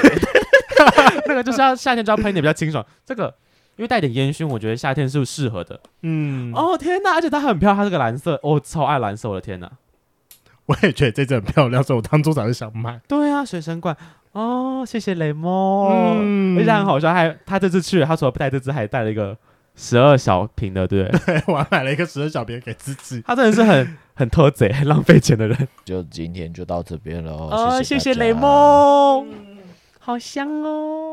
B: 那个就是要夏天就要喷一点比较清爽，这个。因为带点烟熏，我觉得夏天是适合的。
A: 嗯，
B: 哦天哪，而且它很漂亮，它是个蓝色，哦、超爱蓝色，我的天哪！
A: 我也觉得这支很漂亮，所以我当初早就想买。
B: 对啊，水神罐哦，谢谢雷梦，
A: 嗯
B: 而且很好笑，还他这次去了，他除了不带这只，还带了一个十二小瓶的，对不 对？
A: 对，我还买了一个十二小瓶给自己。
B: 他真的是很很偷贼、很浪费钱的人。
D: 就今天就到这边喽，
B: 哦，
D: 谢嗯
B: 谢
D: 大
B: 雷
D: 家。
B: 梦，好香哦。